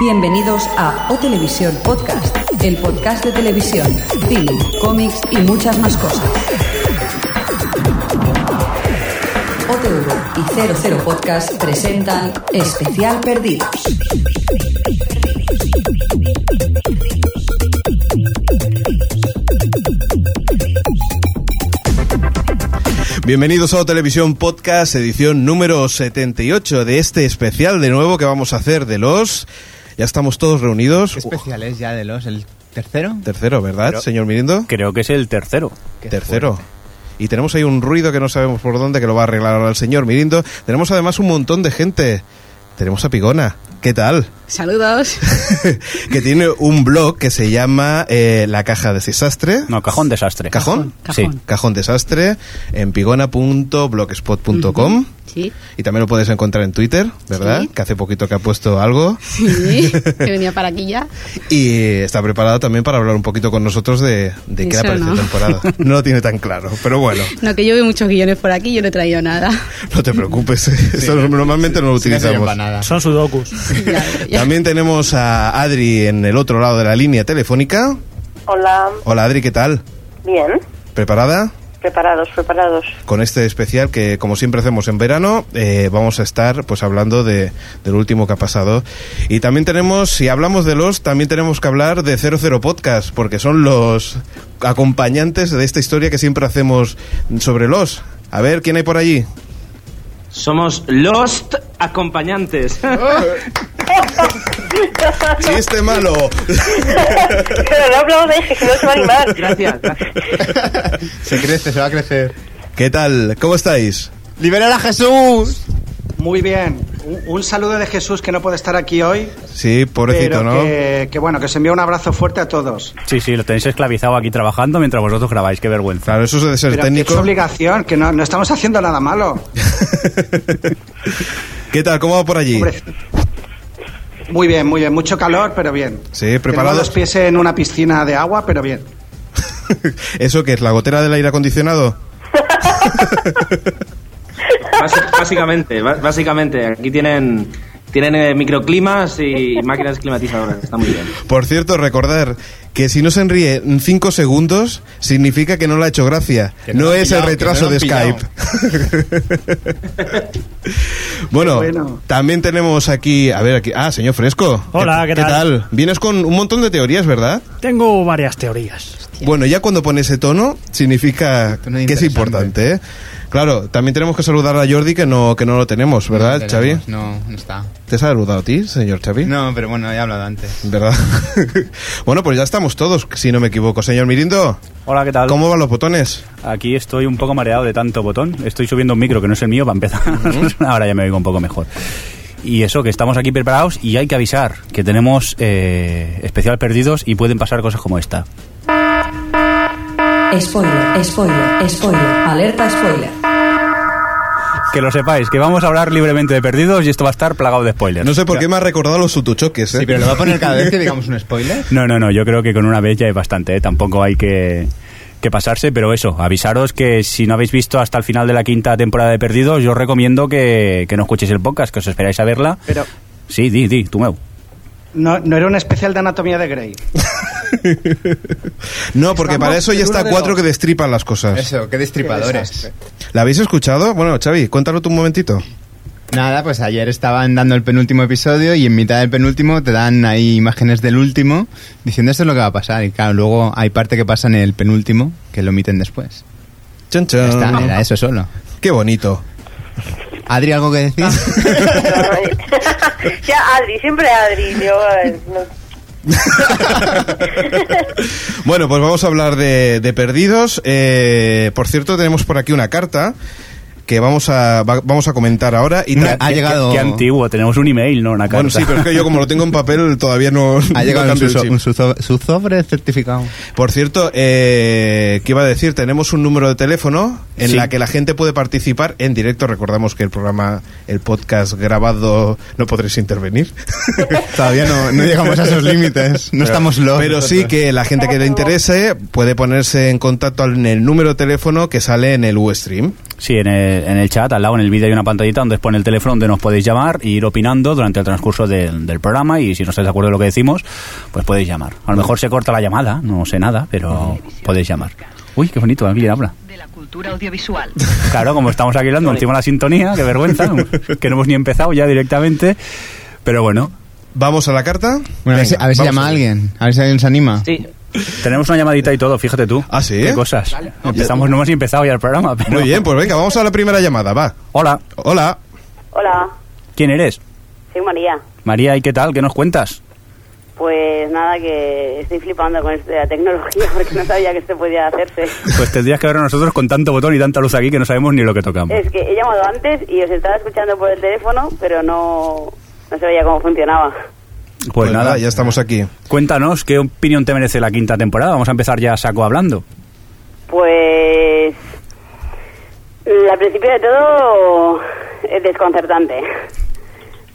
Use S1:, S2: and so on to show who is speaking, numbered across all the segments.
S1: Bienvenidos a O Televisión Podcast, el podcast de televisión, cine, cómics y muchas más cosas. OTV y 00 Podcast presentan Especial Perdidos.
S2: Bienvenidos a O Televisión Podcast, edición número 78 de este especial de nuevo que vamos a hacer de los... Ya estamos todos reunidos.
S3: ¿Qué especial es ya de los? ¿El tercero?
S2: Uf, tercero, ¿verdad,
S4: Pero-
S2: señor Mirindo?
S4: Creo que es el tercero.
S3: Qué
S2: tercero.
S3: fuerte.
S2: Y tenemos ahí un ruido que no sabemos por dónde, que lo va a arreglar ahora el señor Mirindo. Tenemos además un montón de gente. Tenemos a Pigona. ¿Qué tal?
S5: Saludos.
S2: que tiene un blog que se llama eh, La Caja de Desastre.
S4: No, cajón desastre.
S2: ¿Cajón?
S5: Cajón.
S4: Sí.
S2: Cajón Desastre en pigona.blogspot.com.
S5: Sí.
S2: Y también lo puedes encontrar en Twitter, ¿verdad?
S5: Sí.
S2: Que hace poquito que ha puesto algo.
S5: Sí. Que venía para aquí ya.
S2: Y está preparado también para hablar un poquito con nosotros de, de qué le
S5: Eso
S2: parece
S5: no.
S2: la temporada. No lo tiene tan claro, pero bueno,
S5: No, que yo veo muchos guiones por aquí, yo no he traído nada.
S2: no te preocupes. Eso normalmente no lo
S3: Sí, no sirve
S2: utilizamos.
S3: para nada.
S6: Son sudokus.
S5: Ya, ya.
S2: También tenemos a Adri en el otro lado de la línea telefónica.
S7: Hola,
S2: Hola Adri, ¿qué tal?
S7: bien,
S2: ¿Preparada?
S7: preparados, preparados.
S2: con este especial que como siempre hacemos en verano eh, vamos a estar pues hablando de, del último que ha pasado y también tenemos si hablamos de los también tenemos que hablar de 00 podcast porque son los acompañantes de esta historia que siempre hacemos sobre los a ver quién hay por allí
S8: Somos Lost acompañantes.
S2: chiste malo
S7: Pero no hablamos de que no se va a animar.
S8: Gracias, gracias.
S3: Se crece, se va a crecer.
S2: qué tal cómo estáis
S3: ¡Liberar a Jesús!
S9: Muy bien, un, un saludo de Jesús que no puede estar aquí hoy,
S2: sí pobrecito
S9: pero
S2: no
S9: que, que bueno, que se envía un abrazo fuerte a todos.
S4: Sí, sí, lo tenéis esclavizado aquí trabajando mientras vosotros grabáis. Qué vergüenza.
S2: claro eso es de ser
S9: Pero que es
S2: técnico
S9: obligación, que no, no estamos haciendo nada malo.
S2: qué tal cómo va por allí
S9: Hombre. Muy bien, muy bien, mucho calor, pero bien.
S2: Sí,
S9: Tenemos
S2: preparados.
S9: los pies en una piscina de agua, pero bien.
S2: eso qué es la gotera del aire acondicionado
S8: Basi- básicamente, ba- básicamente, aquí tienen, tienen eh, microclimas y máquinas climatizadoras. Está muy bien.
S2: Por cierto, recordar que si no se enríe en 5 segundos, significa que no le ha hecho gracia.
S3: Que no
S2: No
S3: lo han
S2: es
S3: pillado,
S2: el retraso
S3: que
S2: de
S3: no lo han
S2: Skype. bueno,
S9: Bueno.
S2: también tenemos aquí. A ver, aquí. Ah, señor Fresco.
S6: Hola, ¿qué tal?
S2: Vienes con un montón de teorías, ¿verdad?
S6: Tengo varias teorías.
S5: Bien.
S2: Bueno, ya cuando pone ese tono, significa
S3: Tono de
S2: que es
S3: interesante.
S2: importante, ¿eh? Claro, también tenemos que saludar a Jordi, que no, que no lo tenemos, ¿verdad,
S3: No lo
S2: Xavi?
S3: tenemos, No, no está.
S2: ¿Te has saludado a ti, señor Xavi?
S3: No, pero bueno, he hablado antes.
S2: ¿Verdad? bueno, pues ya estamos todos, si no me equivoco. Señor Mirindo,
S4: Hola, ¿qué tal?
S2: ¿cómo van los botones?
S4: Aquí estoy un poco mareado de tanto botón. Estoy subiendo un micro que no es el mío para empezar. Ahora ya me oigo un poco mejor. Y eso, que estamos aquí preparados y hay que avisar que tenemos eh, especial perdidos y pueden pasar cosas como esta.
S1: Spoiler, spoiler, spoiler, alerta spoiler.
S4: Que lo sepáis, que vamos a hablar libremente de perdidos y esto va a estar plagado de spoilers.
S2: No sé por qué me ha recordado los sutuchoques, ¿eh?
S3: Sí, pero lo va a poner cada vez que digamos un spoiler.
S4: No, no, no, yo creo que con una vez ya es bastante, ¿eh? tampoco hay que, que pasarse, pero eso, avisaros que si no habéis visto hasta el final de la quinta temporada de Perdidos, yo os recomiendo que, que no escuchéis el podcast, que os esperáis a verla.
S9: Pero
S4: Sí, di, di, tú, Meu.
S9: no, no era un especial de anatomía de Grey.
S2: No, porque para
S9: Estamos
S2: eso ya
S9: en
S2: está
S9: uno de
S2: cuatro
S9: dos.
S2: que destripan las cosas.
S3: Eso, qué destripadores.
S2: ¿La habéis escuchado? Bueno, Xavi, cuéntalo tú un momentito.
S3: Nada, pues ayer estaban dando el penúltimo episodio y en mitad del penúltimo te dan ahí imágenes del último diciendo esto es lo que va a pasar. Y claro, luego hay parte que pasa en el penúltimo que lo omiten después.
S2: Chon, chon.
S3: Ya está, era eso solo.
S2: Qué bonito. Ah.
S3: Adri, ¿algo que decir?
S7: ya, Adri, siempre Adri. Yo, eh, no.
S2: Bueno, pues vamos a hablar de, de perdidos. Eh, por cierto, tenemos por aquí una carta que vamos a, va- vamos a comentar ahora. Y
S3: Una-
S2: ta-
S3: ha
S4: Qué-
S3: llegado-
S4: Qué, qué antiguo, tenemos un email, ¿no? Una carta.
S2: Bueno, sí, pero es que yo como lo tengo en papel todavía no...
S3: Ha
S2: no
S3: llegado un
S2: cambio el
S3: su-
S2: chip.
S3: un su- su sobre certificado.
S2: Por cierto, eh, ¿qué iba a decir? Tenemos un número de teléfono en
S4: Sí.
S2: la que la gente puede participar en directo. Recordamos que el programa, el podcast grabado, no podréis intervenir.
S3: Todavía no, no llegamos a esos límites. No estamos locos.
S2: Pero sí que la gente que le interese puede ponerse en contacto al- en el número de teléfono que sale en el Ustream.
S4: Sí, en el, en el chat, al lado en el vídeo hay una pantallita donde os pone el teléfono donde nos podéis llamar e ir opinando durante el transcurso del, del programa y si no estáis de acuerdo de lo que decimos, pues podéis llamar. A lo mejor se corta la llamada, no sé nada, pero podéis llamar. Uy, qué bonito, alguien habla.
S1: De la cultura audiovisual.
S4: Claro, como estamos aquí hablando encima de la sintonía, qué vergüenza, que no hemos ni empezado ya directamente. Pero bueno,
S2: Vamos a la carta.
S3: Bueno, a ver si,
S2: Venga,
S3: a ver si
S2: vamos
S3: llama
S2: allá.
S3: alguien, a ver si alguien se anima.
S8: Sí.
S4: tenemos una llamadita y todo, fíjate tú.
S2: ¿Ah, sí?
S4: Qué cosas. Empezamos, no hemos ni empezado ya el programa, pero...
S2: Muy bien, pues venga, vamos a la primera llamada, va.
S4: Hola,
S2: Hola.
S7: Hola,
S4: ¿quién eres?
S7: soy María.
S4: María, ¿y qué tal? ¿Qué nos cuentas?
S7: Pues nada, que estoy flipando con esto de la tecnología porque no sabía que esto podía hacerse.
S4: Pues tendrías que ver a nosotros con tanto botón y tanta luz aquí que no sabemos ni lo que tocamos.
S2: Eh.
S7: Es que he llamado antes y os estaba escuchando por el teléfono, pero no, no se veía cómo funcionaba.
S4: Pues, nada,
S2: ya estamos aquí.
S4: Cuéntanos qué opinión te merece la quinta temporada. Vamos a empezar ya a saco hablando.
S7: Pues. Al principio de todo es desconcertante.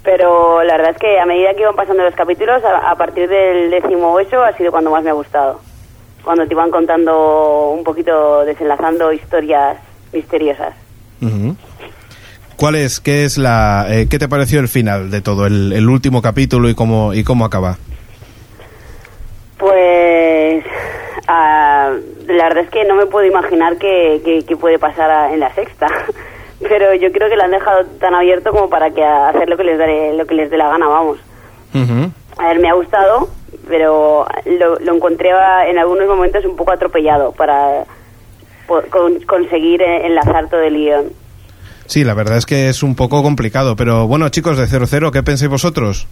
S7: Pero la verdad es que a medida que iban pasando los capítulos, a, a partir del décimo ocho ha sido cuando más me ha gustado. Cuando te iban contando un poquito, desenlazando historias misteriosas.
S2: Ujú. ¿Cuál es? ¿Qué es la? eh, ¿Qué te pareció el final de todo, el, el último capítulo y cómo y cómo acaba?
S7: Pues. ah, la verdad es que no me puedo imaginar qué, qué- qué puede pasar a- en la sexta. Pero yo creo que la han dejado tan abierto como para que a- hacer lo que les, dé- lo que les dé la gana, vamos.
S2: Ujú.
S7: A ver, me ha gustado, pero lo, lo encontré a- en algunos momentos un poco atropellado para po- con- conseguir eh, enlazar todo el guión.
S2: Sí, la verdad es que es un poco complicado, pero bueno, chicos de 00, ¿qué pensáis vosotros?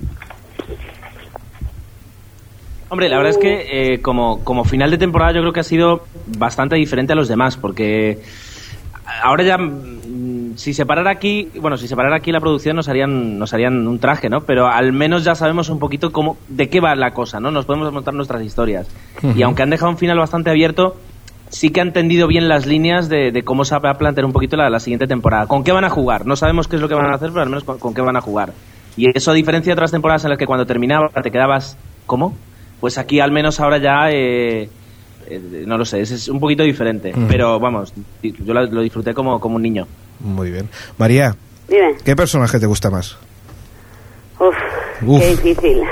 S8: Hombre, la verdad es que eh, como, como final de temporada yo creo que ha sido bastante diferente a los demás, porque ahora ya mm, si separara aquí, bueno, si separara aquí la producción nos harían, nos harían un traje, ¿no? Pero al menos ya sabemos un poquito cómo, de qué va la cosa, ¿no? Nos podemos montar nuestras historias. Y aunque han dejado un final bastante abierto, sí que han tendido bien las líneas de, de cómo se va a plantear un poquito la, la siguiente temporada. ¿Con qué van a jugar? No sabemos qué es lo que van a hacer, pero al menos con, con qué van a jugar. Y eso a diferencia de otras temporadas en las que cuando terminaba te quedabas, ¿cómo? Pues aquí al menos ahora ya, eh, eh, no lo sé, es, es un poquito diferente. Pero vamos, yo la- lo, disfruté como, como un niño.
S2: Muy bien. María,
S7: Dime,
S2: ¿qué personaje te gusta más?
S7: uf,
S2: Uf.
S7: qué difícil.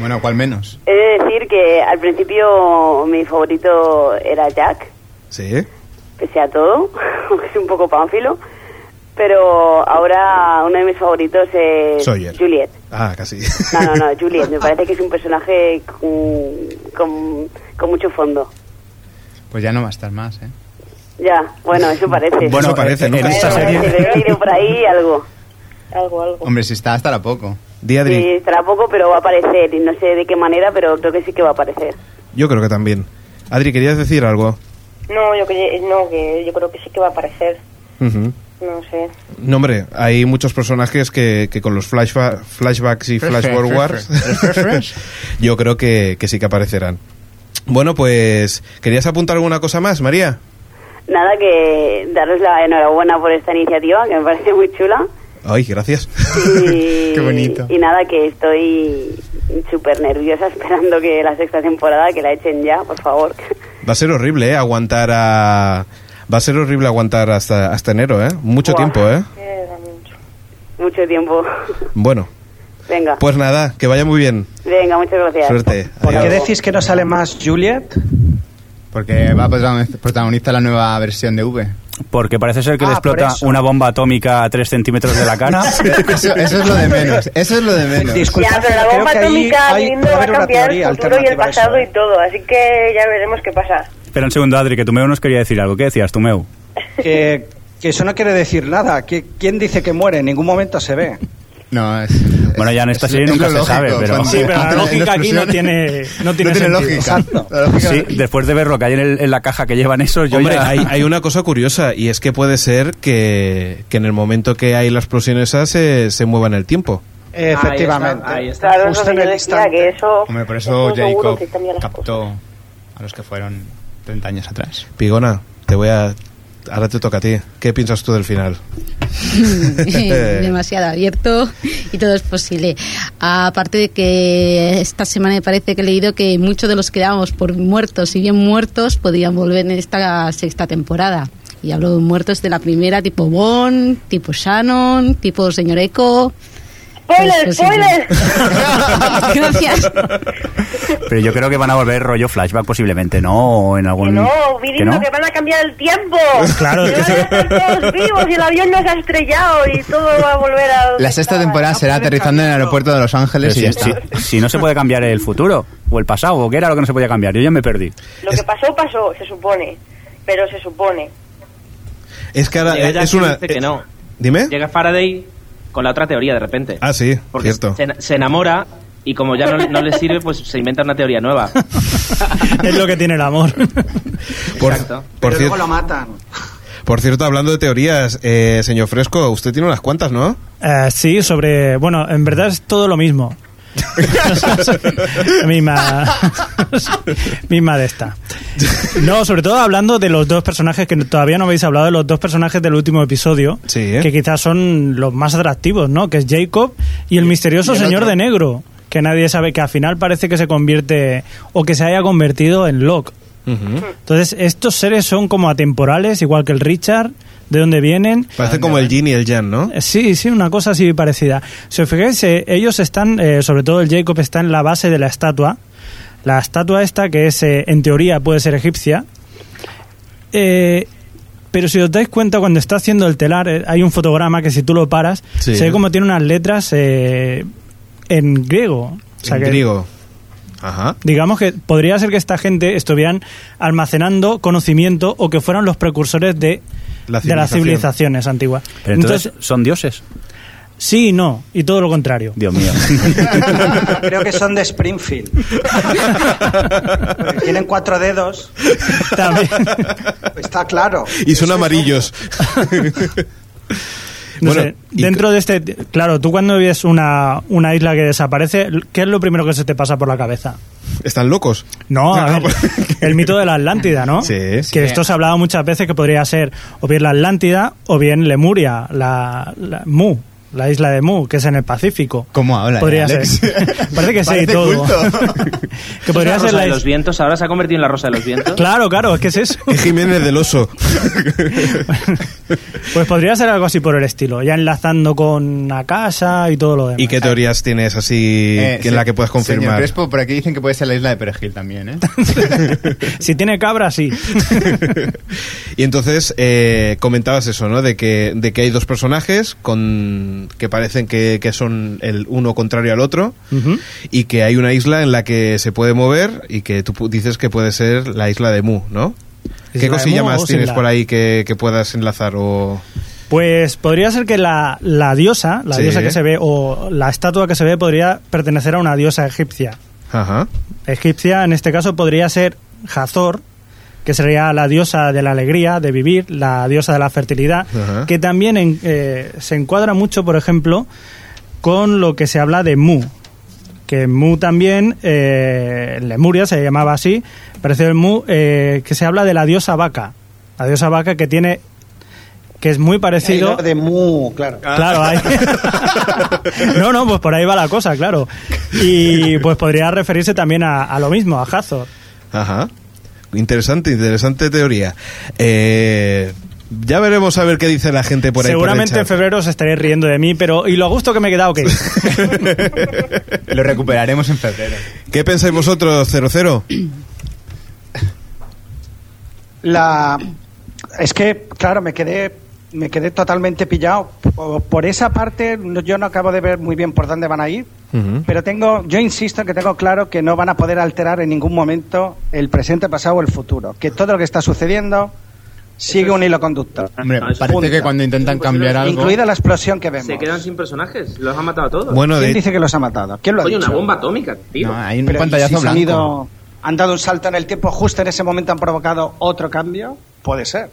S3: Bueno, ¿cuál menos?
S7: He de decir que al principio mi favorito era Jack,
S2: sí.
S7: pese a todo, aunque es un poco pánfilo, pero ahora uno de mis favoritos es
S2: Sawyer.
S7: Juliet.
S2: Ah, casi.
S7: No, no, no, Juliet, me parece que es un personaje con, con- con mucho fondo.
S3: Pues ya no va a estar más, ¿eh?
S7: Ya, bueno, eso parece.
S2: Bueno, Eso parece,
S4: eh,
S2: ¿no?
S4: en
S2: Pero
S4: esta
S7: Bueno,
S4: serie...
S7: si debe ir por ahí algo. Algo, algo.
S3: Hombre, si está, estará poco.
S2: Di, Adri,
S7: Sí, estará poco, pero va a aparecer. Y no sé de qué manera, pero creo que sí que va a aparecer.
S2: yo creo que también. Adri, ¿querías decir algo?
S7: No, yo, no, que yo creo que sí que va a aparecer.
S2: Ujú.
S7: No sé.
S2: No, hombre, hay muchos personajes que, que con los flashba- flashbacks y
S3: Fresh,
S2: flash forwards
S3: fresh, fresh, fresh.
S2: yo creo que, que sí que aparecerán. Bueno, pues, ¿querías apuntar alguna cosa más, María?
S7: Nada, que daros la enhorabuena por esta iniciativa, que me parece muy chula.
S2: Ay, gracias.
S7: Y,
S3: Qué bonito.
S7: Y nada, que estoy súper nerviosa esperando que la sexta temporada, que la echen ya, por favor.
S2: Va a ser horrible, ¿eh? Aguantar a... Va a ser horrible aguantar hasta, hasta enero, ¿eh? Mucho
S7: Buah.
S2: tiempo, ¿eh?
S7: Mucho tiempo.
S2: Bueno,
S7: Venga.
S2: pues nada, que vaya muy bien.
S7: Venga, muchas gracias.
S2: Suerte.
S9: ¿Por qué
S2: Adiós.
S9: decís que no sale más Juliet?
S3: Porque va a protagonizar- protagonizar la nueva versión de V.
S4: Porque parece ser que le
S9: Ah, por
S4: explota
S9: eso.
S4: una bomba atómica a 3 centímetros de la cara.
S3: Eso, eso es lo de menos. Eso es lo de menos.
S9: Disculpa,
S10: Ya, pero la
S9: Pues creo
S10: bomba
S9: que ahí
S10: atómica
S9: hay-
S10: lindo
S9: puede
S10: va a
S9: haber una
S10: cambiar
S9: teoría
S10: el futuro y el
S9: alternativa a eso,
S10: pasado
S9: ¿eh?
S10: y todo, así que ya veremos qué pasa.
S4: Espera un segundo, Adri, que Tumeu nos quería decir algo. ¿Qué decías, Tumeu?
S9: Que, que eso no quiere decir nada. Que, ¿Quién dice que muere? En ningún momento se ve.
S3: No, es,
S4: Bueno, ya en esta serie
S3: lo
S4: nunca se sabe, pero-
S3: cuando-
S4: Sí,
S6: pero la
S3: en
S6: lógica aquí no
S3: exclusión-
S6: tiene- no tiene sentido.
S3: lógica.
S9: Exacto.
S3: La lógica
S4: Sí, después de ver lo que hay en, el- en la caja que llevan esos, yo
S2: Hombre,
S4: ya-
S2: hay, hay una cosa curiosa y es que puede ser que, que en el momento que hay la explosión esa eh, se, se mueva en el tiempo.
S9: Efectivamente.
S8: ahí está.
S10: Claro,
S9: Justo
S10: eso
S9: en
S10: que
S9: el
S10: yo decía,
S9: instante.
S10: que eso...
S3: Hombre, por eso
S10: seguro
S3: Jacob
S10: que cambia las cosas.
S3: captó a los que fueron 30 años atrás.
S2: Pigona, te voy a... Ahora te toca a ti. ¿Qué piensas tú del final?
S5: demasiado abierto y todo es posible. Aparte de que esta semana me parece que he leído que muchos de los que dábamos por muertos y bien muertos podían volver en esta sexta temporada. Y hablo de muertos de la primera, tipo Bond, tipo Shannon, tipo Señor Eco.
S10: ¡Spoiler,
S5: Pues, pues,
S10: spoiler!
S9: Ah,
S5: Gracias.
S4: Pero yo creo que van a volver rollo flashback posiblemente, ¿no? O en algún...
S10: No,
S4: ¿Que
S10: Virindo,
S4: no?
S10: que, van a cambiar el tiempo.
S9: Pues
S4: Claro, es que
S10: van a estar todos vivos y el avión no se ha estrellado y todo va a volver a...
S3: La sexta temporada será aterrizando en el aeropuerto de Los
S4: Pero
S3: Ángeles y
S4: si,
S3: ya está.
S4: si- si no se puede cambiar el futuro o el pasado, o qué era lo que no se podía cambiar, yo ya me perdí.
S10: Lo que pasó, pasó, se supone. Pero se supone.
S2: Es que ahora
S8: Llega
S2: eh,
S8: Jackson
S2: es una.
S8: y dice que no.
S2: Dime.
S8: Llega Faraday con la otra teoría de repente.
S2: Ah, sí,
S8: Porque
S2: cierto.
S8: se, se enamora y como ya no, no le sirve, pues se inventa una teoría nueva.
S6: Es lo que tiene el amor.
S2: Por, por,
S9: Pero
S2: cier-
S9: luego lo matan.
S2: por cierto, hablando de teorías, eh, señor Fresco, usted tiene unas cuantas, ¿no?
S6: Eh, sí, sobre. Bueno, en verdad es todo lo mismo. misma. misma de esta. No, sobre todo hablando de los dos personajes que todavía no habéis hablado, de los dos personajes del último episodio, que quizás son los más atractivos, ¿no? Que es Jacob y el misterioso
S11: y el
S6: señor
S11: otro.
S6: de negro, que nadie sabe que al final parece que se convierte o que se haya convertido en Locke. Entonces, estos seres son como atemporales, igual que el Richard, de dónde vienen.
S2: Parece como el Jin y el Jan, ¿no?
S6: Eh, Sí, sí, una cosa así parecida. Si os fijáis, eh, ellos están, eh, sobre todo el Jacob está en la base de la estatua. La estatua esta, que es, eh, en teoría puede ser egipcia. Eh, pero si os dais cuenta, cuando está haciendo el telar, eh, hay un fotograma que si tú lo paras,
S2: Sí.
S6: se ve como tiene unas letras eh, en griego. O sea
S2: En
S6: que-
S2: griego. Ajá.
S6: digamos que podría ser que esta gente estuvieran almacenando conocimiento o que fueran los precursores de,
S4: La
S6: de las
S4: civilización.
S6: civilizaciones antiguas.
S4: Pero entonces, son dioses.
S6: sí y no, y todo lo contrario.
S4: Dios mío.
S9: Creo que son de Springfield. Porque Tienen cuatro dedos. Está claro.
S2: Y son amarillos.
S6: No
S2: Bueno,
S6: sé, dentro de este, claro, tú cuando ves una, una isla que desaparece, ¿qué es lo primero que se te pasa por la cabeza?
S2: ¿Están locos?
S6: No, a ver, el mito de la Atlántida, ¿no? que
S2: pues- sí.
S6: esto se ha hablado muchas veces que podría ser o bien la Atlántida o bien Lemuria, la, la Mu, la isla de Mu, que es en el Pacífico.
S3: ¿Cómo
S2: eh,
S3: habla?
S6: Podría
S3: Alex?
S6: ser. Parece que sí,
S8: Parece
S6: todo. que podría
S8: Es la rosa
S6: ser la
S8: de
S6: is-
S8: los vientos, ahora se ha convertido en la rosa de los vientos.
S6: Claro, claro, es que es eso.
S2: Jiménez del Oso.
S6: Pues podría ser algo así por el estilo, ya enlazando con la casa y todo lo demás.
S2: ¿Y qué teorías tienes así
S3: Eh,
S2: que en
S3: se-
S2: la que puedas
S3: Señor
S2: confirmar?
S3: Crespo, por aquí dicen que puede ser la isla de Perejil también, ¿eh?
S6: Si tiene cabra, sí.
S2: Y entonces eh, comentabas eso, ¿no? De que, de que hay dos personajes con que parecen que, que son el uno contrario al otro
S6: Ujú.
S2: y que hay una isla en la que se puede mover y que tú pu- dices que puede ser la isla de Mu, ¿no?
S6: ¿Isla
S2: ¿Qué
S6: de
S2: cosilla
S6: Mu
S2: más
S6: o
S2: tienes
S6: isla?
S2: por ahí que, que puedas enlazar o...?
S6: Pues podría ser que la, la diosa, la
S2: Sí.
S6: diosa que se ve, o la estatua que se ve, podría pertenecer a una diosa egipcia.
S2: Ajá.
S6: Egipcia, en este caso, podría ser Hazor, que sería la diosa de la alegría, de vivir, la diosa de la fertilidad,
S2: Ajá.
S6: que también en- eh, se encuadra mucho, por ejemplo, con lo que se habla de Mu. Que Mu también, eh, en Lemuria se llamaba así, parecido el Mu, eh, que se habla de la diosa vaca. La diosa vaca que tiene. que es
S9: Y
S6: muy parecido.
S9: lo de Mu, claro.
S6: Claro, ahí. no, no, pues por ahí va la cosa, claro. Y pues podría referirse también a, a lo mismo, a Hazor.
S2: Ajá. Interesante, interesante teoría. Eh, ya veremos a ver qué dice la gente por ahí. por el
S6: Seguramente en
S2: chat.
S6: febrero os estaréis riendo de mí, pero y lo a gusto que me he quedado, ¿qué?
S3: Lo recuperaremos en febrero.
S2: ¿Qué pensáis vosotros, 00?
S9: La es que claro, me quedé me quedé totalmente pillado. Por- Por esa parte no- yo no acabo de ver muy bien por dónde van a ir, pero tengo yo insisto en que tengo claro que no van a poder alterar en ningún momento el presente, pasado o el futuro, que todo lo que está sucediendo sigue un hilo conductor.
S3: Hombre,
S8: No, es-
S3: parece
S8: Punta.
S3: que cuando intentan cambiar algo...
S9: Incluida la explosión que vemos.
S8: Se quedan sin personajes, los han matado a todos.
S9: ¿Quién dice que los ha matado? ¿Quién lo ha
S8: Coño,
S9: dicho?
S8: una bomba atómica, tío.
S3: No, hay un
S9: Pero, ¿y
S3: pantallazo
S9: si se han
S3: blanco.
S9: ido- han dado un salto en el tiempo justo en ese momento han provocado otro cambio? Puede ser.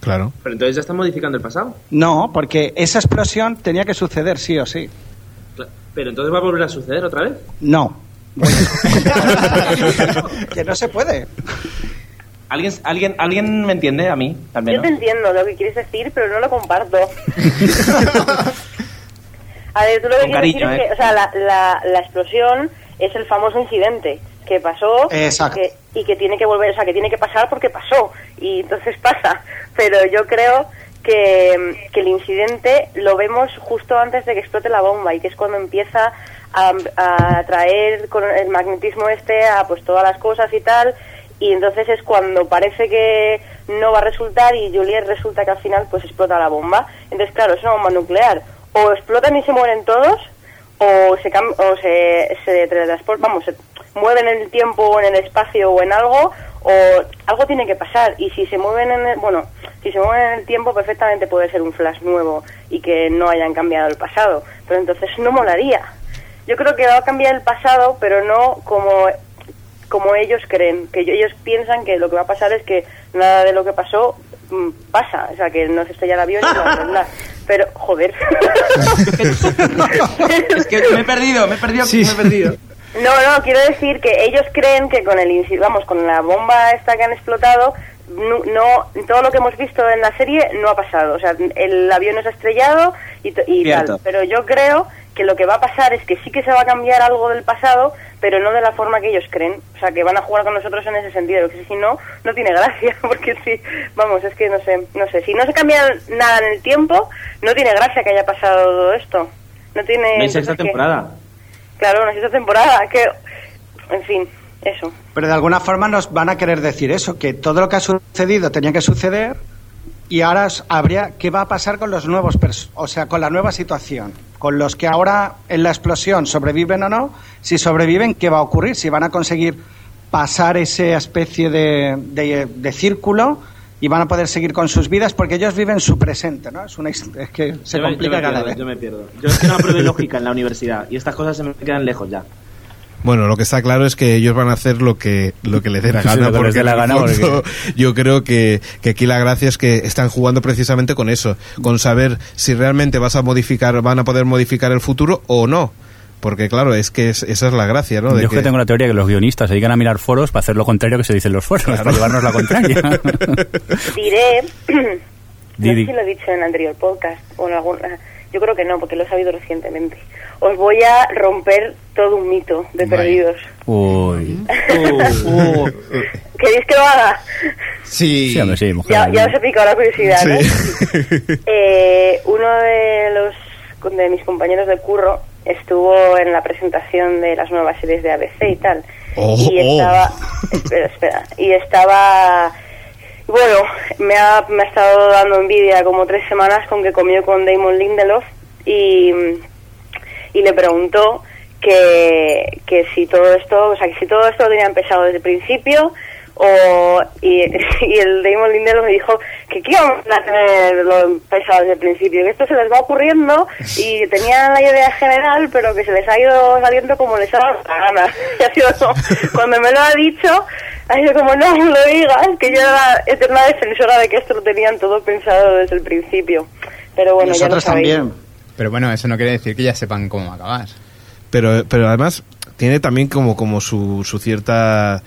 S2: Claro.
S8: Pero entonces ya están modificando el pasado.
S9: No, porque esa explosión tenía que suceder sí o sí.
S8: Cla- Pero entonces va a volver a suceder otra vez.
S9: No. que no se puede.
S8: ¿Alguien, alguien, ¿Alguien me entiende? A mí también.
S10: Yo
S8: ¿no?
S10: te entiendo lo que quieres decir, pero no lo comparto. A ver, tú lo que
S8: Con
S10: quieres
S8: cariño,
S10: decir es
S8: ¿eh?
S10: que o sea, la, la, la explosión es el famoso incidente que pasó,
S9: Exacto.
S10: que, y que tiene que volver, o sea, que tiene que pasar porque pasó y entonces pasa. Pero yo creo que, que el incidente lo vemos justo antes de que explote la bomba y que es cuando empieza a, a atraer con el magnetismo este a pues todas las cosas y tal y entonces es cuando parece que no va a resultar y Juliet resulta que al final pues explota la bomba. Entonces claro, es una bomba nuclear. O explotan y se mueren todos o se, cam- o se, se teletransportan, vamos, se mueven en el tiempo o en el espacio o en algo o algo tiene que pasar y si se mueven en el, bueno, si se mueven en el tiempo perfectamente puede ser un flash nuevo y que no hayan cambiado el pasado, pero entonces no molaría. Yo creo que va a cambiar el pasado, pero no como como ellos creen, que ellos piensan que lo que va a pasar es que nada de lo que pasó mm, pasa, o sea, que no se estrella el avión y no pasa nada. Pero, joder.
S8: Es que me he perdido, me he perdido, me he perdido.
S10: No, no, quiero decir que ellos creen que con el inci- vamos, con la bomba esta que han explotado, no, no- todo lo que hemos visto en la serie no ha pasado. O sea, el avión no se ha estrellado y, t- y
S8: Cierto.
S10: tal. Pero yo creo que lo que va a pasar es que sí que se va a cambiar algo del pasado, pero no de la forma que ellos creen. O sea, que van a jugar con nosotros en ese sentido. Que si no, no tiene gracia. Porque si, vamos, es que no sé, no sé. Si no se cambia nada en el tiempo, no tiene gracia que haya pasado todo esto. No tiene.
S8: No hay sexta
S10: entonces, que-
S8: temporada.
S10: Claro, una sexta temporada, que... En fin, eso.
S9: Pero de alguna forma nos van a querer decir eso, que todo lo que ha sucedido tenía que suceder y ahora os- habría qué va a pasar con los nuevos, pers- o sea, con la nueva situación, con los que ahora en la explosión sobreviven o no. Si sobreviven, ¿qué va a ocurrir? Si van a conseguir pasar esa especie de, de- de círculo y van a poder seguir con sus vidas porque ellos viven su presente, ¿no? Es, una, his- es que se
S8: Yo me-
S9: complica
S8: yo me
S9: cada
S8: pierdo,
S9: vez.
S8: Yo me pierdo. Yo es que no aprobé lógica en la universidad y estas cosas se me quedan lejos ya.
S2: Bueno, lo que está claro es que ellos van a hacer lo que, lo que les dé la
S4: Sí,
S2: gana,
S4: lo que les
S2: porque
S4: dé la
S2: en el
S4: gana, porque-
S2: fondo, yo creo que, que aquí la gracia es que están jugando precisamente con eso, con saber si realmente vas a modificar, van a poder modificar el futuro o no. Porque claro, es que es- esa es la gracia, ¿no? De
S4: Yo es que
S2: que-
S4: tengo la teoría que los guionistas se dedican a mirar foros para hacer lo contrario que se dicen los foros, para llevarnos la contraria.
S10: Diré... no sé
S4: Didi.
S10: si lo he dicho en el anterior podcast o en alguna... Yo creo que no, porque lo he sabido recientemente. Os voy a romper todo un mito de
S3: Vaya.
S10: perdidos.
S4: Uy.
S8: Uh, uh.
S10: ¿Queréis que lo haga?
S3: Sí.
S4: Sí, hombre, sí, mujer.
S10: Ya, ya os he picado la curiosidad, ¿no?
S2: Sí.
S10: Eh, uno de los de mis compañeros de curro estuvo en la presentación de las nuevas series de ABC y tal.
S2: Oh,
S10: y
S2: oh.
S10: estaba, espera, espera, y estaba bueno, me ha, me ha estado dando envidia como tres semanas con que comió con Damon Lindelof y, y le preguntó que, que si todo esto, o sea, que si todo esto lo tenían pensado desde el principio o, y, y el Damon Lindelof me dijo que qué iban a tenerlo pensado desde el principio, que esto se les va ocurriendo y tenían la idea general pero que se les ha ido saliendo como les ha dado la gana. Y ha sido como- cuando me lo ha dicho ha sido como, no me lo digas, que yo era eterna defensora de que esto lo tenían todo pensado desde el principio. Pero bueno, ya lo
S9: Nosotros
S10: sabéis.
S9: también.
S3: Pero bueno, eso no quiere decir que ya sepan cómo va a acabar.
S2: pero, pero además tiene también como, como su, su cierta...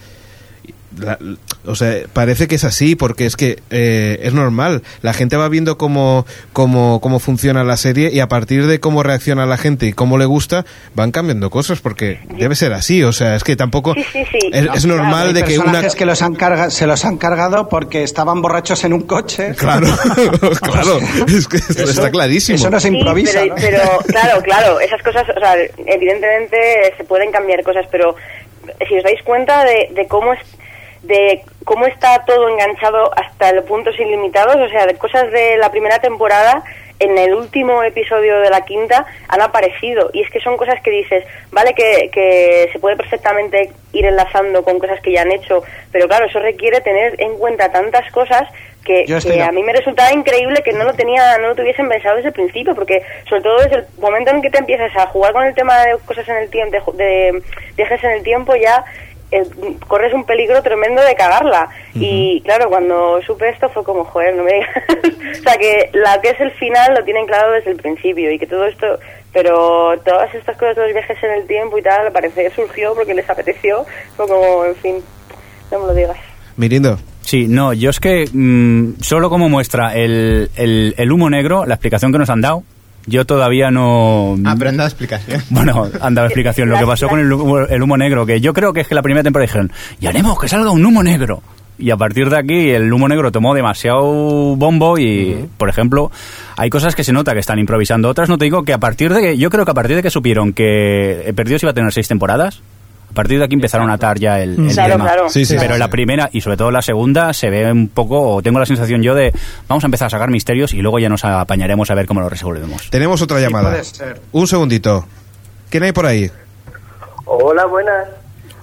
S2: la- o sea, parece que es así porque es que eh, es normal. La gente va viendo cómo, cómo, cómo funciona la serie y a partir de cómo reacciona la gente y cómo le gusta, van cambiando cosas porque debe ser así. O sea, es que tampoco
S10: Sí, sí, sí.
S2: Es, es normal
S9: Hay
S2: de que una...
S9: personajes que los han carga- se los han cargado porque estaban borrachos en un coche.
S2: Claro, claro, es que esto está clarísimo.
S9: Eso no se
S10: Sí,
S9: improvisa.
S10: pero,
S9: ¿no?
S10: pero, claro, claro, esas cosas, o sea, evidentemente eh, se pueden cambiar cosas, pero si os dais cuenta de, de cómo es de cómo está todo enganchado hasta los puntos ilimitados, o sea, de cosas de la primera temporada en el último episodio de la quinta han aparecido y es que son cosas que dices, vale que, que se puede perfectamente ir enlazando con cosas que ya han hecho, pero claro, eso requiere tener en cuenta tantas cosas que,
S9: Yo estoy
S10: que
S9: de-
S10: a mí me resultaba increíble que no lo tenía no lo tuviesen pensado desde el principio porque sobre todo desde el momento en que te empiezas a jugar con el tema de cosas en el tiempo de, ju- de viajes en el tiempo ya eh, corres un peligro tremendo de cagarla y claro cuando supe esto fue como joder no me digas o sea que la que es el final lo tienen claro desde el principio y que todo esto pero todas estas cosas de los viajes en el tiempo y tal al parecer surgió porque les apeteció fue como en fin no me lo digas
S2: Mirindo,
S4: Sí, no, yo es que mm, solo como muestra el, el- el humo negro, la explicación que nos han dado, Yo todavía no...
S3: Ah, pero han dado
S10: ¿eh?
S3: explicación.
S4: Bueno, anda la explicación. Lo que pasó con el humo, el humo negro, que yo creo que es que la primera temporada dijeron, y haremos que salga un humo negro. Y a partir de aquí el humo negro tomó demasiado bombo y, por ejemplo, hay cosas que se nota que están improvisando. Otras no te digo que a partir de que, yo creo que a partir de que supieron que eh, Perdidos iba a tener seis temporadas, a partir de aquí empezaron a atar ya el, el
S10: Claro,
S4: tema.
S10: claro. Sí, sí,
S4: Pero
S10: sí,
S4: la
S10: sí.
S4: primera y sobre todo la segunda se ve un poco, o tengo la sensación yo de, vamos a empezar a sacar misterios y luego ya nos apañaremos a ver cómo lo resolvemos.
S2: Tenemos otra llamada.
S11: puede ser.
S2: Un segundito. ¿Quién hay por ahí?
S11: Hola, buenas.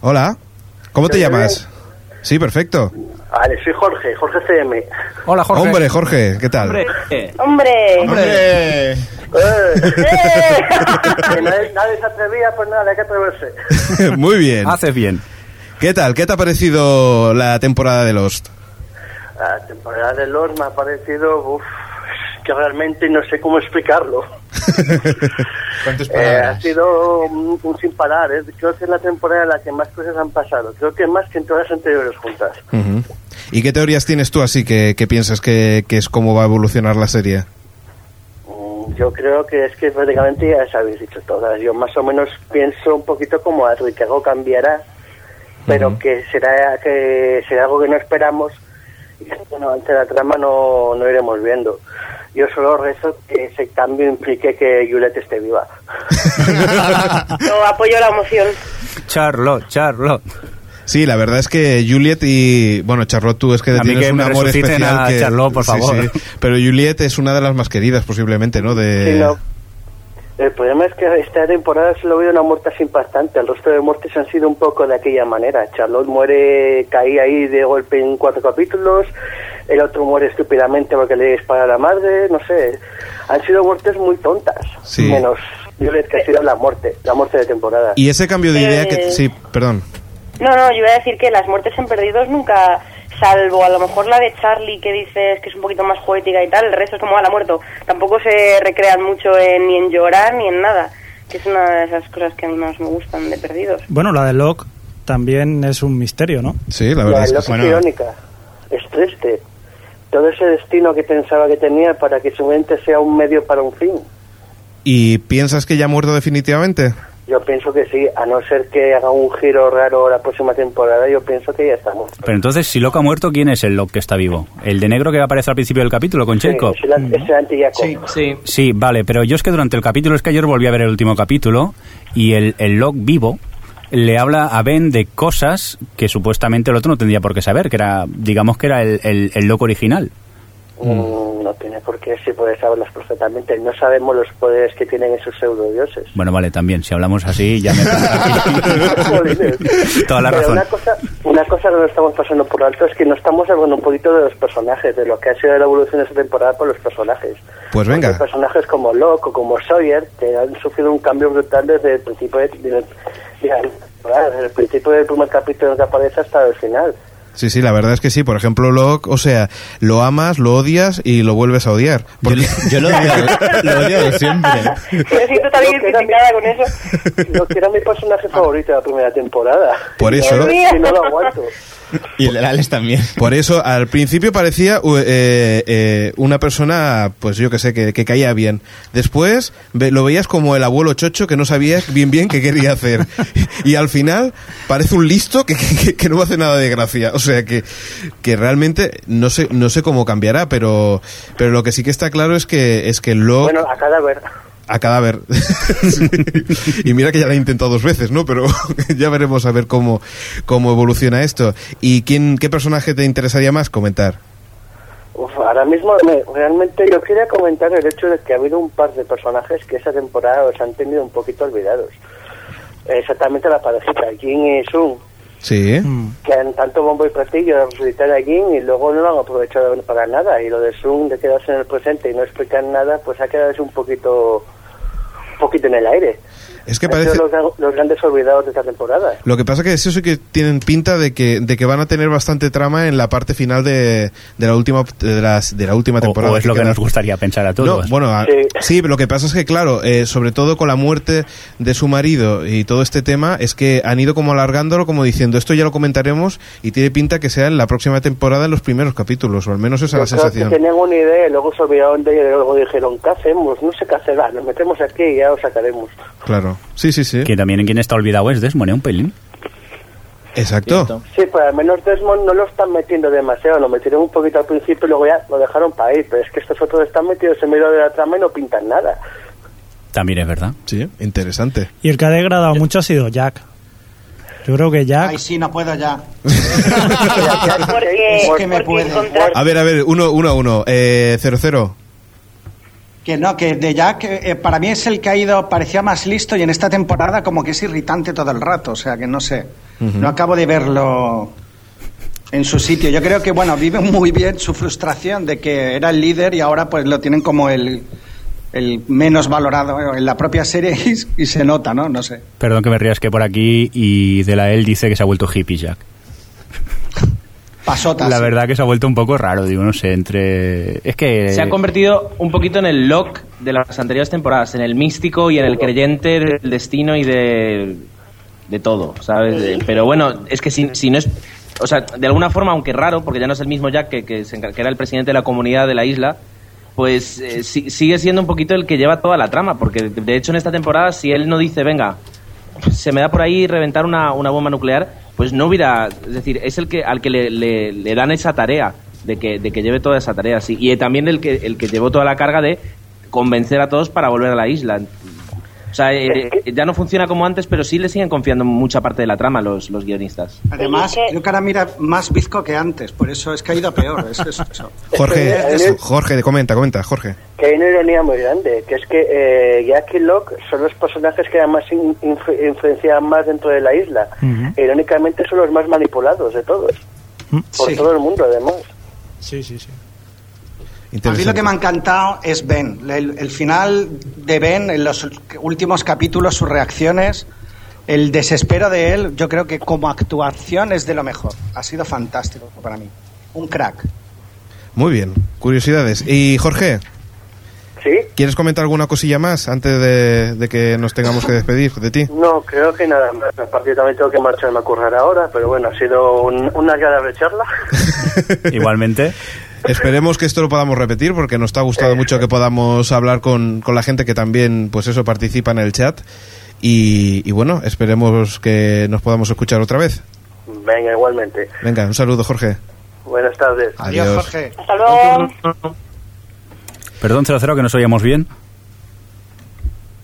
S2: Hola. ¿Cómo te
S11: ¿Me oye
S2: llamas? Sí, perfecto.
S11: Vale, soy Jorge, Jorge CM.
S4: Hola,
S2: Hombre, Jorge, ¿qué tal?
S11: ¡Hombre!
S2: ¡Hombre!
S11: Eh. Que nadie, nadie se atrevía, pues nada, hay que atreverse.
S2: Muy bien.
S4: Haces bien.
S2: ¿Qué tal? ¿Qué te ha parecido la temporada de Lost?
S11: La temporada de Lord me ha parecido, uf, que realmente no sé cómo explicarlo.
S2: Ah,
S3: ¿Cuántas
S11: Eh,
S3: palabras?
S11: ha sido un, un sin parar, ¿eh? creo que es la temporada en la que más cosas han pasado, creo que más que en todas las anteriores juntas.
S2: Ujú. ¿Y qué teorías tienes tú así que, que piensas que, que es cómo va a evolucionar la serie?
S11: Mm, Yo creo que es que prácticamente ya las habéis dicho todas. Yo más o menos pienso un poquito como algo que algo cambiará, pero que será que será algo que no esperamos y que bueno, ante la trama no, no iremos viendo. Yo solo rezo que ese cambio implique que Juliet esté viva.
S10: Yo apoyo la moción.
S4: Charlotte, Charlotte.
S2: Sí, la verdad es que Juliet y... Bueno, Charlotte, tú es que
S4: A mí
S2: tienes
S4: que
S2: un
S4: me
S2: amor
S4: resuciten
S2: especial
S4: a
S2: que...
S4: Charlotte, por
S2: sí,
S4: favor.
S2: sí. Pero Juliet es una de las más queridas posiblemente, ¿no? De...
S11: Sí, no. El problema es que esta temporada solo ha habido una muerte así impactante. El resto de muertes han sido un poco de aquella manera. Charlotte muere, caí ahí de golpe en cuatro capítulos. El otro muere estúpidamente porque le dispara la madre. No sé. Han sido muertes muy tontas.
S2: Sí.
S11: Menos Violet, que ha sido la muerte, la muerte de temporada.
S2: Y ese cambio de
S10: Eh,
S2: idea que... Sí, perdón.
S10: No, no, yo iba a decir que las muertes en perdidos nunca, salvo a lo mejor la de Charlie que dices que es un poquito más poética y tal, el resto es como a la muerto. Tampoco se recrean mucho en- ni en llorar ni en nada, que es una de esas cosas que a mí más me gustan de perdidos.
S6: Bueno, la de Locke también es un misterio, ¿no?
S2: Sí,
S11: La verdad es irónica. Es triste. Todo ese destino que pensaba que tenía para que su mente sea un medio para un fin.
S2: ¿Y piensas que ya ha muerto definitivamente?
S11: Yo pienso que sí, a no ser que haga un giro raro la próxima temporada, yo pienso que ya estamos.
S4: Pero entonces, si Locke ha muerto, ¿quién es el Locke que está vivo? ¿El de negro que aparece al principio del capítulo con Chekhov?
S11: Es el, an- es el antillaco.
S8: Sí.
S4: Sí, vale, pero yo es que durante el capítulo, es que ayer volví a ver el último capítulo y el, el Locke vivo le habla a Ben de cosas que supuestamente el otro no tendría por qué saber, que era, digamos que era el, el, el Locke original.
S11: Mm, no tiene por qué, si puede saberlas perfectamente. No sabemos los poderes que tienen esos pseudodioses.
S4: Bueno, vale, también, si hablamos así, ya me...
S11: Jolines.
S4: Toda la
S11: Pero
S4: razón.
S11: Una cosa, una cosa que no estamos pasando por alto es que no estamos hablando un poquito de los personajes, de lo que ha sido la evolución de esta temporada por los personajes.
S2: Pues
S11: Porque
S2: venga.
S11: personajes como Locke o como Sawyer que han sufrido un cambio brutal desde el principio de, de- de- desde el principio del primer capítulo en que aparece hasta el final.
S2: Sí, sí, la verdad es que sí. Por ejemplo, Locke, o sea, lo amas, lo odias y lo vuelves a odiar. Porque-
S3: Yo lo odio, lo odio de siempre.
S10: Me siento tan
S11: Lo que era mi-
S10: identificada con eso.
S11: lo que era mi personaje favorito de la primera temporada.
S2: Por
S11: Y
S2: eso.
S11: ahora sí no lo aguanto.
S3: Y el de Alex también.
S2: Por eso, al principio parecía u- eh, eh, una persona, pues yo que sé, que, que caía bien. Después ve- lo veías como el abuelo chocho que no sabía bien bien qué quería hacer. Y al final parece un listo que, que- que no hace nada de gracia. O sea que, que realmente no sé, no sé cómo cambiará, pero, pero lo que sí que está claro es que, es que lo...
S11: Bueno, a cadáver.
S2: a cadáver. y mira que ya la he intentado dos veces, ¿no? Pero ya veremos a ver cómo, cómo evoluciona esto. ¿Y quién, qué personaje te interesaría más comentar?
S11: Uf, ahora mismo me- realmente yo quería comentar el hecho de que ha habido un par de personajes que esa temporada os han tenido un poquito olvidados. Exactamente la parejita, Jin y Sun,
S2: Sí. ¿eh?
S4: Mm.
S11: que han tanto bombo y platillo resucitar a Jin y luego no lo han aprovechado para nada. Y lo de Sun de quedarse en el presente y no explicar nada, pues ha quedado así un poquito, un poquito en el aire.
S2: Es que
S11: Han sido
S2: parece...
S11: los, gra- los grandes olvidados de esta temporada.
S2: Lo que pasa que es eso que tienen pinta de que, de que van a tener bastante trama en la parte final de, de la última de, las- de la última temporada.
S4: o es lo que
S2: queda.
S4: nos gustaría pensar a todos.
S2: No, bueno, ah, a- sí. pero lo que pasa es que, claro, eh, sobre todo con la muerte de su marido y todo este tema, es que han ido como alargándolo, como diciendo, esto ya lo comentaremos y tiene pinta que sea en la próxima temporada en los primeros capítulos, o al menos esa es la
S11: Yo creo
S2: sensación.
S11: Que tenían una idea y luego se olvidaron de ella y luego dijeron, ¿qué hacemos? No sé qué hacer, ah, nos metemos aquí y ya lo sacaremos.
S2: Claro. Sí, sí, sí.
S4: Que también quien está olvidado es Desmond, ¿eh? un pelín.
S2: Exacto.
S11: Sí, pero al menos Desmond no lo están metiendo demasiado, lo metieron un poquito al principio y luego ya lo dejaron para ir, pero es que estos otros están metidos en medio de la trama y no pintan nada.
S4: También es verdad.
S2: Sí, interesante.
S6: Y el que ha degradado mucho ha sido Jack. Yo creo que Jack.
S9: Ay, sí, no puedo ya.
S10: Porque,
S9: Es que me
S10: porque
S9: puede.
S10: encontrar-
S2: A ver, a ver, uno, uno, uno. Eh, cero, cero.
S9: Que no, que de Jack eh, para mí es el que ha ido, parecía más listo y en esta temporada como que es irritante todo el rato, o sea que no sé,
S2: Ujú.
S9: no acabo de verlo en su sitio. Yo creo que, bueno, vive muy bien su frustración de que era el líder y ahora pues lo tienen como el, el menos valorado en la propia serie y, y se nota, ¿no? No sé.
S4: Perdón que me rías que por aquí y de la él dice que se ha vuelto hippie Jack.
S2: Ah,
S9: Pasotas.
S4: La verdad que se ha vuelto un poco raro, digo, no sé, entre... Es que...
S8: Se ha convertido un poquito en el lock de las anteriores temporadas, en el místico y en el creyente del destino y de, de todo, ¿sabes? De- pero bueno, es que si, si no es... O sea, de alguna forma, aunque raro, porque ya no es el mismo Jack que, que, se encar- que era el presidente de la comunidad de la isla, pues eh, si- sigue siendo un poquito el que lleva toda la trama, porque de de hecho en esta temporada, si él no dice, venga, se me da por ahí reventar una, una bomba nuclear, pues no hubiera. Es decir, es el que al que le, le- le dan esa tarea, de que, de que lleve toda esa tarea, sí. Y también el que, el que llevó toda la carga de convencer a todos para volver a la isla. O sea, eh, ya no funciona como antes, pero sí le siguen confiando mucha parte de la trama los, los guionistas.
S9: Además, creo que ahora mira más bizco que antes, por eso es que ha ido a peor, es eso.
S2: Jorge,
S11: Es que-
S2: Jorge, comenta, comenta, Jorge.
S11: Que hay una ironía muy grande, que es que eh, Jack y Locke son los personajes que además in- influ- influencian más dentro de la isla. E, Irónicamente son los más manipulados de todos, por todo el mundo además.
S6: Sí, sí, sí.
S9: A mí lo que me ha encantado es Ben. El, el final de Ben, en los últimos capítulos, sus reacciones, el desespero de él, yo creo que como actuación es de lo mejor. Ha sido fantástico para mí. Un crack.
S2: Muy bien, curiosidades. Y Jorge,
S11: ¿Sí?
S2: ¿quieres comentar alguna cosilla más antes de, de que nos tengamos que despedir de ti?
S11: No, creo que nada más. Aparte, yo también tengo que marcharme a currar ahora, pero bueno, ha sido un- una agradable charla.
S4: Igualmente.
S2: Esperemos que esto lo podamos repetir porque nos ha gustado mucho que podamos hablar con, con la gente que también, pues eso, participa en el chat. Y, y bueno, esperemos que nos podamos escuchar otra vez.
S11: Venga, igualmente.
S2: Venga, un saludo, Jorge.
S11: Buenas tardes.
S2: Adiós, Adiós. Jorge.
S10: Hasta luego.
S4: Perdón, 00, que nos oíamos bien.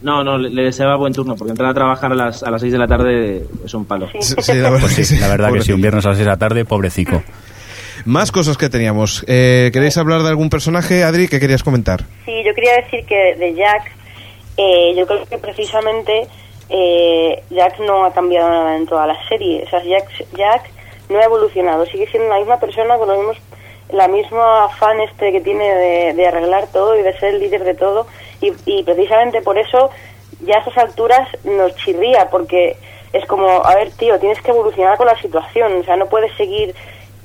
S8: No, no, le, le deseaba buen turno, porque entrar a trabajar a las, a las 6 de la tarde es un palo.
S4: Pues sí, la verdad que sí,
S2: pobrecillo.
S4: un viernes a las 6 de la tarde, pobrecico.
S2: Más cosas que teníamos. Eh, ¿Queréis hablar de algún personaje, Adri, que querías comentar?
S10: Sí, yo quería decir que de Jack, eh, yo creo que precisamente eh, Jack no ha cambiado nada en toda la serie. O sea, Jack, Jack no ha evolucionado, sigue siendo la misma persona con los mismos, la misma afán este que tiene de, de arreglar todo y de ser el líder de todo. Y, y precisamente por eso ya a estas alturas nos chirría, porque es como, a ver, tío, tienes que evolucionar con la situación. O sea, no puedes seguir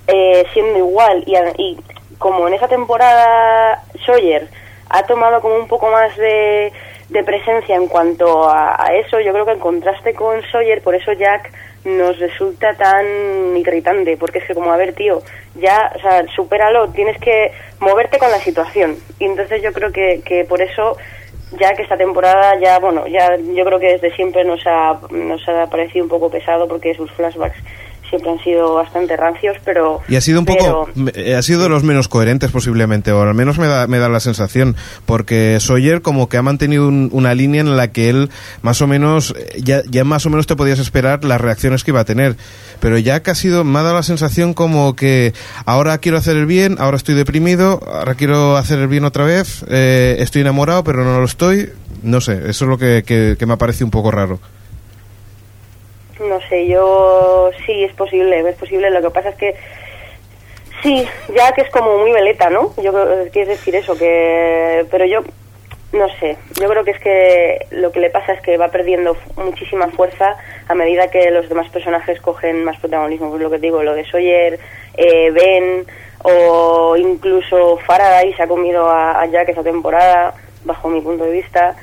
S10: eh, siendo igual. Y, a- y como en esa temporada Sawyer ha tomado como un poco más de, de presencia en cuanto a, a eso, yo creo que en contraste con Sawyer, por eso Jack nos resulta tan irritante, porque es que como, a ver, tío, ya, o sea, supéralo, tienes que moverte con la situación. Y entonces yo creo que, que por eso ya que esta temporada ya bueno ya yo creo que desde siempre nos ha nos ha parecido un poco pesado porque sus flashbacks siempre han sido bastante rancios pero
S2: Y ha sido un poco,
S10: pero-
S2: me- eh, ha sido de los menos coherentes posiblemente, o al menos me da, me da la sensación, porque Sawyer como que ha mantenido un- una línea en la que él más o menos, eh, ya, ya más o menos te podías esperar las reacciones que iba a tener, pero ya que ha sido, me ha dado la sensación como que ahora quiero hacer el bien, ahora estoy deprimido, ahora quiero hacer el bien otra vez, eh, estoy enamorado pero no lo estoy, no sé, eso es lo que, que- que me ha parecido un poco raro.
S10: No sé, yo sí, es posible, es posible. Lo que pasa es que sí, ya que es como muy veleta, ¿no? Yo creo que quieres decir eso, que... Pero yo No sé, yo creo que es que lo que le pasa es que va perdiendo fu- muchísima fuerza a medida que los demás personajes cogen más protagonismo. Pues lo que te digo, lo de Sawyer, eh, Ben o incluso Faraday se ha comido a, a Jack esa temporada, bajo mi punto de vista.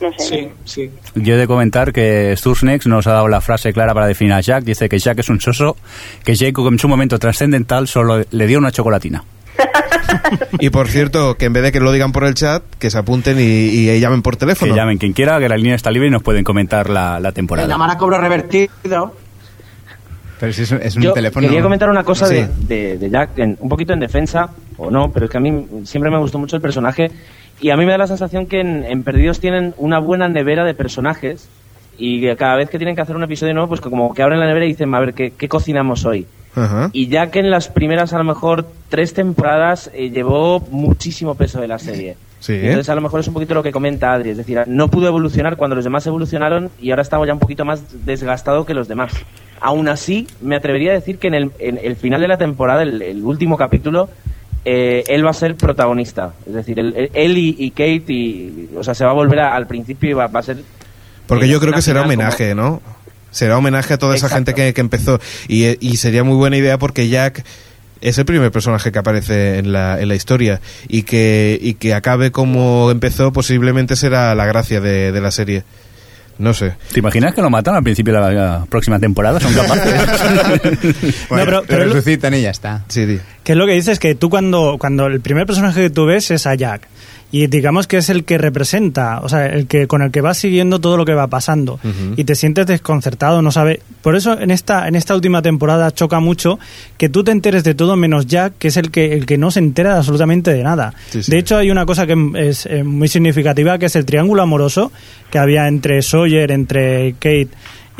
S10: No sé.
S7: Sí, sí.
S4: Yo he de comentar que Sturznex nos ha dado la frase clara para definir a Jack. Dice que Jack es un soso, que Jacob en su momento trascendental solo le dio una chocolatina.
S2: Y por cierto, que en vez de que lo digan por el chat, que se apunten y, y llamen por teléfono.
S4: Que llamen quien quiera, que la línea está libre y nos pueden comentar la, la temporada.
S9: Llamar a cobro revertido.
S3: Pero si es, un- es un
S8: Yo
S3: teléfono.
S8: Quería comentar una cosa
S3: Sí.
S8: de, de- de Jack, en- un poquito en defensa, o no, pero es que a mí siempre me gustó mucho el personaje. Y a mí me da la sensación que en, en Perdidos tienen una buena nevera de personajes. Y que cada vez que tienen que hacer un episodio nuevo, pues que como que abren la nevera y dicen, a ver, ¿qué, qué cocinamos hoy?
S2: Ajá.
S8: Y ya que en las primeras, a lo mejor, tres temporadas eh, llevó muchísimo peso de la serie.
S2: Sí.
S8: Entonces, a lo mejor es un poquito lo que comenta Adri. Es decir, no pudo evolucionar cuando los demás evolucionaron y ahora estamos ya un poquito más desgastado que los demás. Aún así, me atrevería a decir que en el, en el final de la temporada, el, el último capítulo, eh, él va a ser protagonista. Es decir, él, él y, y Kate, y, o sea, se va a volver a- al principio y va, va a ser.
S2: Porque
S8: eh,
S2: yo creo
S8: una
S2: que será
S8: final como-
S2: homenaje, ¿no? Será homenaje a toda esa gente que, que empezó. Y, eh, y sería muy buena idea porque Jack es el primer personaje que aparece en la, en la historia. Y que, y que acabe como empezó posiblemente será la gracia de, de la serie. No sé.
S4: ¿Te imaginas que lo matan al principio de la, la próxima temporada? Son capaces.
S6: Bueno, pero- pero-
S3: resucitan y ya está.
S2: Sí,
S6: Que es lo que dices, que tú cuando, cuando el primer personaje que tú ves es a Jack. Y digamos que es el que representa, o sea, el que con el que vas siguiendo todo lo que va pasando.
S12: Ujú.
S6: Y te sientes desconcertado, no sabes. Por eso en esta, en esta última temporada choca mucho que tú te enteres de todo menos Jack, que es el que, el que no se entera de absolutamente de nada.
S12: Sí, sí.
S6: De hecho, hay una cosa que es eh, muy significativa, que es el triángulo amoroso que había entre Sawyer, entre Kate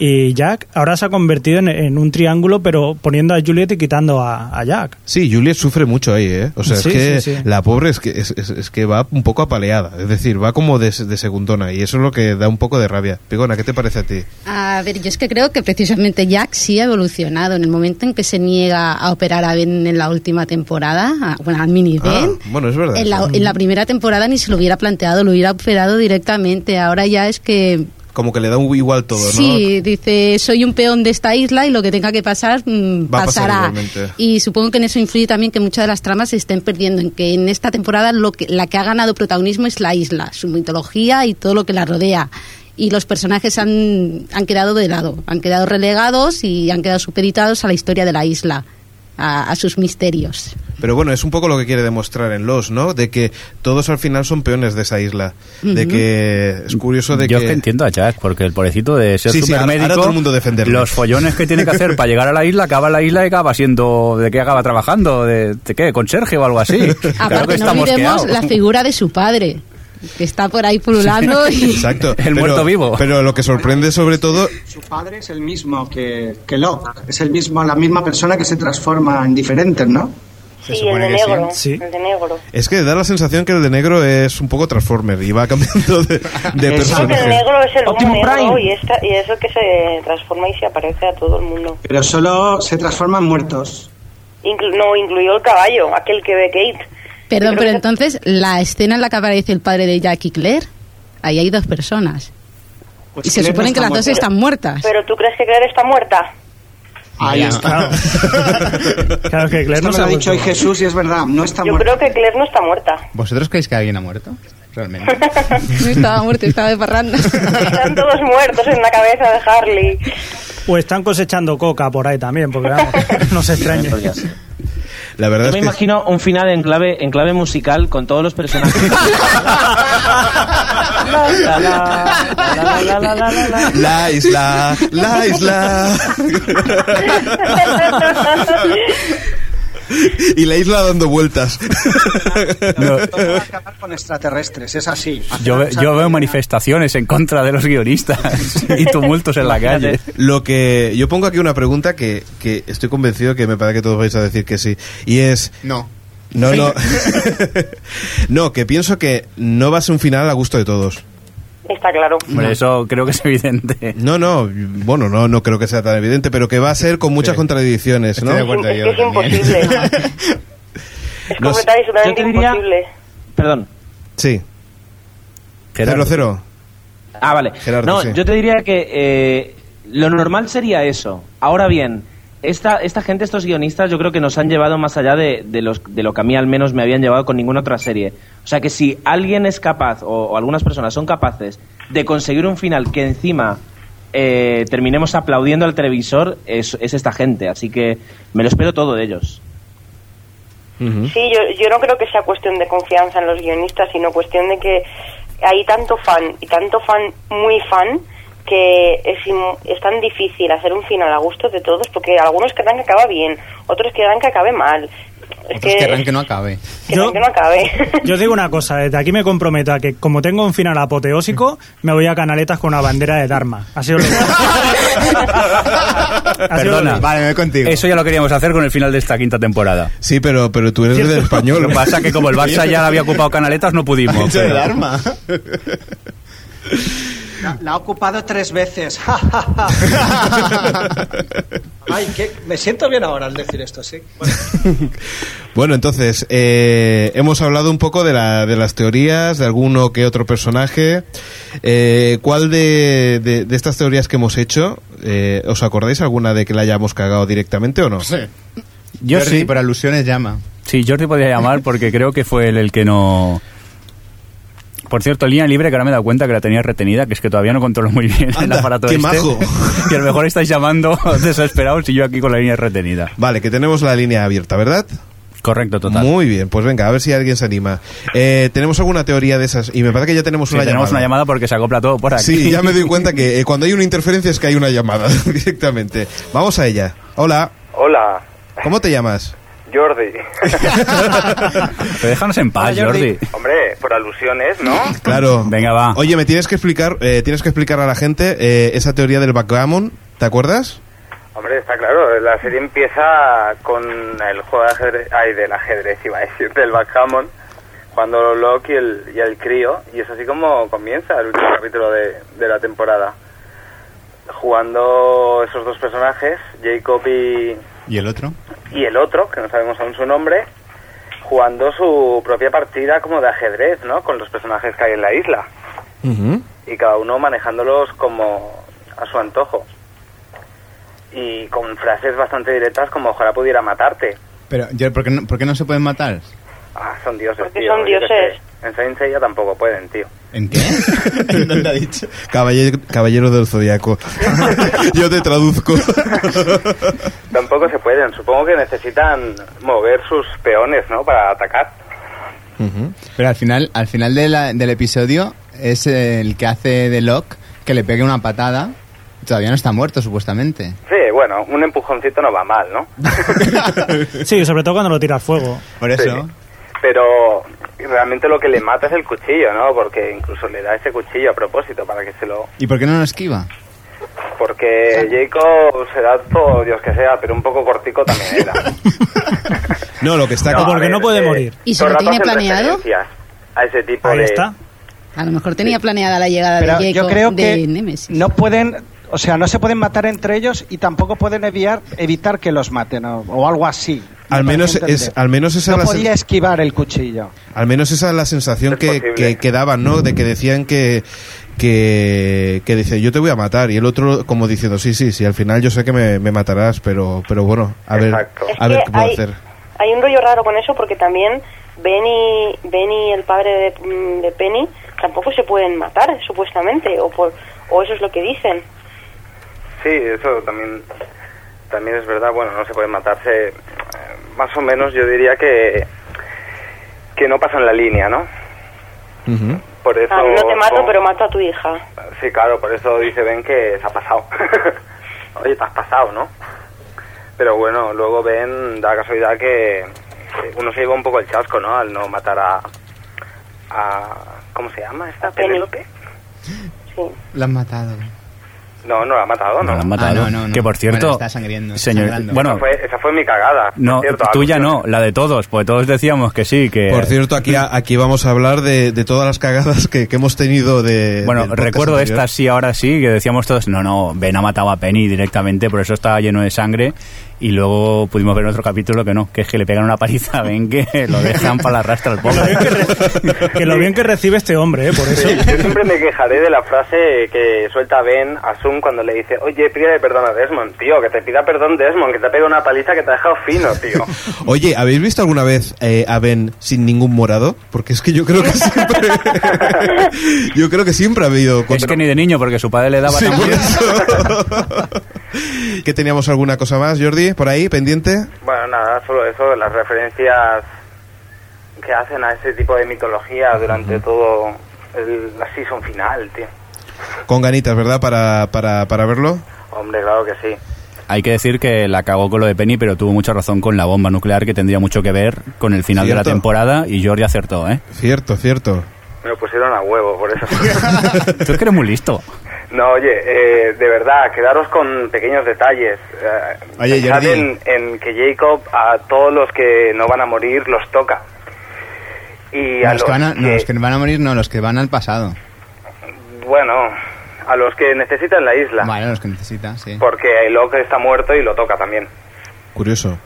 S6: y Jack. Ahora se ha convertido en, en un triángulo, pero poniendo a Juliet y quitando a- a Jack.
S2: Sí, Juliet sufre mucho ahí, ¿eh? O sea,
S6: Sí,
S2: es que
S6: sí, sí.
S2: la pobre es que, es, es- es que va un poco apaleada. Es decir, va como de, de segundona. Y eso es lo que da un poco de rabia. Pigona, ¿qué te parece a ti?
S5: A ver, yo es que creo que precisamente Jack sí ha evolucionado en el momento en que se niega a operar a Ben en la última temporada, a- bueno, al mini
S2: Ah,
S5: Ben.
S2: bueno, es verdad.
S5: En la, en la primera temporada ni se lo hubiera planteado, lo hubiera operado directamente. Ahora ya es que
S2: Como que le da un igual todo, ¿no?
S5: sí, dice, soy un peón de esta isla y lo que tenga que pasar mm,
S2: Va a pasar
S5: pasará.
S2: igualmente.
S5: y supongo que en eso influye también que muchas de las tramas se estén perdiendo, en que en esta temporada lo que, la que ha ganado protagonismo es la isla, su mitología y todo lo que la rodea. Y los personajes han, han quedado de lado, han quedado relegados y han quedado supeditados a la historia de la isla, a- a sus misterios.
S2: Pero bueno, es un poco lo que quiere demostrar en Los, ¿no? De que todos al final son peones de esa isla. De
S4: Ujú.
S2: que es curioso de
S4: Yo es
S2: que...
S4: que entiendo a Jack, porque el pobrecito de ser
S2: Sí, sí, ahora-
S4: supermédico,
S2: ahora todo el mundo defenderlo.
S4: los follones que tiene que hacer para llegar a la isla, acaba en la isla y acaba siendo, ¿de qué acaba trabajando? ¿De, de qué? ¿Conserje o algo así?
S2: Ah,
S4: Claro
S5: Aparte,
S4: que está
S5: no olvidemos
S4: mosqueado.
S5: la figura de su padre, que está por ahí pululando y...
S2: Exacto.
S4: El muerto vivo.
S2: Pero lo que sorprende sobre todo...
S9: Su padre es el mismo que, que Locke. Es el mismo, la misma persona que se transforma en diferentes, ¿no?
S10: Sí, el de negro.
S2: Sí.
S10: El de negro.
S2: Es que da la sensación que el de negro es un poco Transformer y va cambiando de, de
S10: No, que el
S2: personaje.
S10: negro es el humo
S9: Optimus
S10: negro
S9: Prime.
S10: y, esta, y es el que se transforma y se aparece a todo el mundo.
S9: Pero solo se transforman muertos.
S10: Inclu- no, incluyó el caballo, aquel que ve Kate.
S5: Perdón, pero entonces la escena en la que aparece el padre de Jack y Claire, ahí hay dos personas.
S9: Pues
S5: y se
S9: Claire
S5: supone
S9: no
S5: que
S9: está
S5: las dos
S9: muerta.
S5: están muertas.
S10: Pero ¿tú crees que Claire está muerta?
S9: Ahí está.
S6: Claro que Claire
S9: Esto
S3: no
S9: me
S3: se
S9: lo
S3: ha
S9: ha dicho hoy
S3: vuelto.
S9: Jesús y es verdad, no está
S10: Yo
S9: muerta.
S10: creo que Claire no está muerta.
S3: ¿Vosotros creéis que alguien ha muerto? Realmente.
S5: No estaba muerta, estaba de parranda.
S10: Están todos muertos en la cabeza de Harley.
S6: O están cosechando coca por ahí también, porque vamos, no se extrañe.
S2: La verdad
S8: Yo
S2: es
S8: me
S2: que...
S8: imagino un final en clave, en clave musical con todos los personajes.
S13: pues
S8: La, la, la, la, la, la, la.
S2: La isla, la isla. y la isla dando vueltas.
S9: Todo va a acabar con extraterrestres, es así.
S4: Yo, ve- yo veo manifestaciones en contra de los guionistas y tumultos en la calle.
S2: Lo que yo pongo aquí una pregunta que, que estoy convencido que me parece que todos vais a decir que sí. Y es...
S3: No.
S2: No, no. no, que pienso que no va a ser un final a gusto de todos.
S10: Está claro.
S4: Hombre, eso creo que es evidente.
S2: No, no, bueno, no, no creo que sea tan evidente, pero que va a ser con muchas contradicciones, ¿no?
S3: Estoy de acuerdo
S10: Es que es imposible. Es
S2: No sé.
S10: completamente
S8: Yo te diría-
S10: imposible.
S8: Perdón.
S2: Sí. Gerardo. 0
S8: Ah, vale.
S2: Gerardo,
S8: no,
S2: sí.
S8: yo te diría que eh, lo normal sería eso. Ahora bien, esta, esta gente, estos guionistas, yo creo que nos han llevado más allá de, de los, de lo que a mí al menos me habían llevado con ninguna otra serie. O sea que si alguien es capaz, o, o algunas personas son capaces, de conseguir un final que encima eh, terminemos aplaudiendo al televisor, es, es esta gente. Así que me lo espero todo de ellos.
S10: Sí, yo, yo no creo que sea cuestión de confianza en los guionistas, sino cuestión de que hay tanto fan y tanto fan muy fan que es, im- es tan difícil hacer un final a gusto de todos porque algunos querrán que acabe bien, otros querrán que acabe mal. Es
S3: Otros querrán que no acabe.
S10: querrán que no acabe.
S6: Yo os digo una cosa, desde aquí me comprometo a que como tengo un final apoteósico, me voy a canaletas con una bandera de Dharma. Así os lo digo. Así os lo
S4: Perdona.
S6: digo.
S3: Vale, me voy contigo.
S4: Eso ya lo queríamos hacer con el final de esta quinta temporada.
S2: Sí, pero, pero tú eres
S6: Cierto.
S2: del español.
S4: Lo que pasa es que como el Barça ya había ocupado canaletas, no pudimos.
S3: Hecho
S4: pero-
S3: del arma.
S9: La, la ha ocupado tres veces. Ja, ja, ja. Ay, qué- me siento bien ahora al decir esto, sí. Bueno,
S2: Bueno, entonces, eh, hemos hablado un poco de, la- de las teorías, de alguno que otro personaje. Eh, ¿Cuál de, de- de estas teorías que hemos hecho, eh, os acordáis alguna de que la hayamos cagado directamente o no?
S3: Sí.
S4: Yo
S3: Jordi,
S4: sí.
S3: Por alusiones llama.
S4: Sí, Jordi podría llamar porque creo que fue él el que no... Por cierto, línea libre que ahora me he dado cuenta que la tenía retenida, que es que todavía no controlo muy bien el
S2: Anda,
S4: aparato
S2: qué
S4: este.
S2: majo.
S4: Que a lo mejor estáis llamando desesperados y yo aquí con la línea retenida.
S2: Vale, que tenemos la línea abierta, ¿verdad?
S4: Correcto, total.
S2: Muy bien, pues venga, a ver si alguien se anima. Eh, tenemos alguna teoría de esas, y me parece que ya tenemos
S4: Sí,
S2: una
S4: tenemos
S2: Pues llamada.
S4: una llamada porque se acopla todo por aquí.
S2: Sí, ya me doy cuenta que eh, cuando hay una interferencia es que hay una llamada directamente. Vamos a ella. Hola,
S12: Hola,
S2: ¿cómo te llamas?
S12: Jordi.
S4: Pero déjanos en paz,
S9: Hola, Jordi.
S4: Jordi.
S12: Hombre, por alusiones, ¿no?
S2: Claro.
S4: Venga, va.
S2: Oye, me tienes que explicar, eh, tienes que explicar a la gente eh, esa teoría del backgammon, ¿te acuerdas?
S12: Hombre, está claro, la serie empieza con el juego de ajedrez, ay, del ajedrez iba a decir, del backgammon, cuando Locke y el, y el crío, y es así como comienza el último capítulo de, de la temporada. Jugando esos dos personajes, Jacob y,
S3: ¿Y el otro?
S12: y el otro, que no sabemos aún su nombre, jugando su propia partida como de ajedrez, ¿no? Con los personajes que hay en la isla. Y cada uno manejándolos como a su antojo. Y con frases bastante directas como ojalá pudiera matarte.
S3: Pero, Jordi, ¿por qué no, por qué no se pueden matar?
S12: Ah, son dioses,
S10: Porque
S12: tío,
S10: son
S12: yo qué
S10: dioses.
S12: sé. En Saint Seiya tampoco pueden, tío.
S3: ¿En qué? ¿Dónde ha dicho?
S2: Caballero, caballero del zodiaco. Yo te traduzco.
S12: Tampoco se pueden. Supongo que necesitan mover sus peones, ¿no? Para atacar.
S2: Ujú.
S3: Pero al final, al final de la- del episodio es el que hace de Locke que le pegue una patada. Todavía no está muerto, supuestamente.
S12: Sí, bueno, un empujoncito no va mal, ¿no?
S6: Sí, sobre todo cuando lo tira al fuego.
S3: Por
S12: Sí.
S3: eso.
S12: Pero realmente lo que le mata es el cuchillo, ¿no? Porque incluso le da ese cuchillo a propósito para que se lo...
S3: ¿Y por qué no lo esquiva?
S12: Porque Jacob será todo Dios que sea, pero un poco cortico también ¿eh? era.
S2: No, lo que está
S6: No,
S2: como-
S6: porque no puede morir.
S5: ¿Y se
S12: todo
S5: lo
S12: el rato
S5: tiene
S12: hacen
S5: planeado?
S12: referencias A ese tipo
S6: Ahí
S12: de...
S6: está.
S5: A lo mejor tenía planeada la llegada
S9: pero
S5: de
S9: yo
S5: Jacob
S9: creo
S5: de
S9: que
S5: Nemesis.
S9: no pueden, o sea, no se pueden matar entre ellos y tampoco pueden eviar, evitar que los maten o, o algo así. Me
S2: Al menos
S9: parece
S2: es-
S9: entender.
S2: al menos esa
S9: no
S2: la sen-
S9: podía esquivar el cuchillo.
S2: Al menos esa es la sensación
S12: Es
S2: que,
S12: posible.
S2: que, que daban, ¿no? De que decían que, que, que dice, yo te voy a matar. Y el otro como diciendo, sí, sí, sí, al final yo sé que me, me matarás, pero, pero bueno, a ver,
S12: Exacto.
S2: a ver qué puedo
S10: hay,
S2: hacer.
S10: hay un rollo raro con eso porque también Benny, Benny el padre de, mm, de Penny, tampoco se pueden matar, supuestamente, o, por, o eso es lo que dicen.
S12: Sí, eso también, también es verdad. Bueno, no se puede matarse. eh, Más o menos yo diría que, que no pasan la línea, ¿no?
S2: Ujú.
S12: Por eso...
S10: Ah, no te mato,
S12: supongo-
S10: pero mato a tu hija.
S12: Sí, claro, por eso dice Ben que se ha pasado. Oye, te has pasado, ¿no? Pero bueno, luego Ben da casualidad que que uno se lleva un poco el chasco, ¿no? Al no matar a... a ¿Cómo se llama esta?
S10: A Penny.
S12: ¿Penélope?
S10: Sí.
S3: Lo han matado.
S12: No, no la ha matado,
S4: No
S12: ¿no?
S4: la han matado.
S3: Ah, no, no, no.
S4: Que por cierto,
S3: Bueno, está sangriendo, está
S4: señor,
S3: sangrando.
S12: Esa
S4: bueno,
S12: fue, esa fue mi cagada. por
S4: no,
S12: cierto, eh.
S4: tuya
S12: alusiones.
S4: no, la de todos, porque todos decíamos que sí, que
S2: Por cierto,
S4: eh.
S2: aquí, aquí vamos a hablar de, de todas las cagadas que, que hemos tenido de...
S4: Bueno,
S2: del podcast
S4: recuerdo
S2: anterior.
S4: esta sí, ahora sí, que decíamos todos, no, no, Ben ha matado a Penny directamente, por eso estaba lleno de sangre. Y luego pudimos ver en otro capítulo que no, que es que le pegan una paliza, ven que lo dejan para la rastra al pobre.
S6: Que lo bien que recibe este hombre, ¿eh? Por eso.
S12: Sí, yo siempre me quejaré de la frase que suelta Ben a Sun cuando le dice, oye, pídele perdón a Desmond, tío, que te pida perdón Desmond, que te ha pegado una paliza que te ha dejado fino, tío.
S2: Oye, ¿habéis visto alguna vez eh, a Ben sin ningún morado? Porque es que yo creo que siempre. yo creo que siempre ha habido.
S4: Es que ni de niño, porque su padre le daba
S2: Sí,
S4: tan
S2: por
S4: bien.
S2: eso. ¿Que teníamos alguna cosa más, Jordi, por ahí, pendiente?
S12: Bueno, nada, solo eso, las referencias que hacen a ese tipo de mitología durante todo el- la season final, tío.
S2: Con ganitas, ¿verdad? Para, para, para verlo.
S12: Hombre, claro que sí.
S4: Hay que decir que la cagó con lo de Penny, pero tuvo mucha razón con la bomba nuclear, que tendría mucho que ver con el final de la
S2: Cierto.
S4: temporada, y Jordi acertó, ¿eh?
S2: Cierto, cierto.
S12: Me lo pusieron a huevo por eso.
S4: Tú es que eres muy listo.
S12: no, oye, eh, de verdad, quedaros con pequeños detalles. Eh,
S3: Oye,
S12: pensad
S3: Jordi.
S12: en, en que Jacob a todos los que no van a morir los toca. Y a
S3: los,
S12: los
S3: que van a, no,
S12: que-
S3: los que van a morir, no, los que van al pasado.
S12: bueno, a los que necesitan la isla.
S3: Vale, los que necesitas, sí.
S12: Porque Locke está muerto y lo toca también.
S2: Curioso.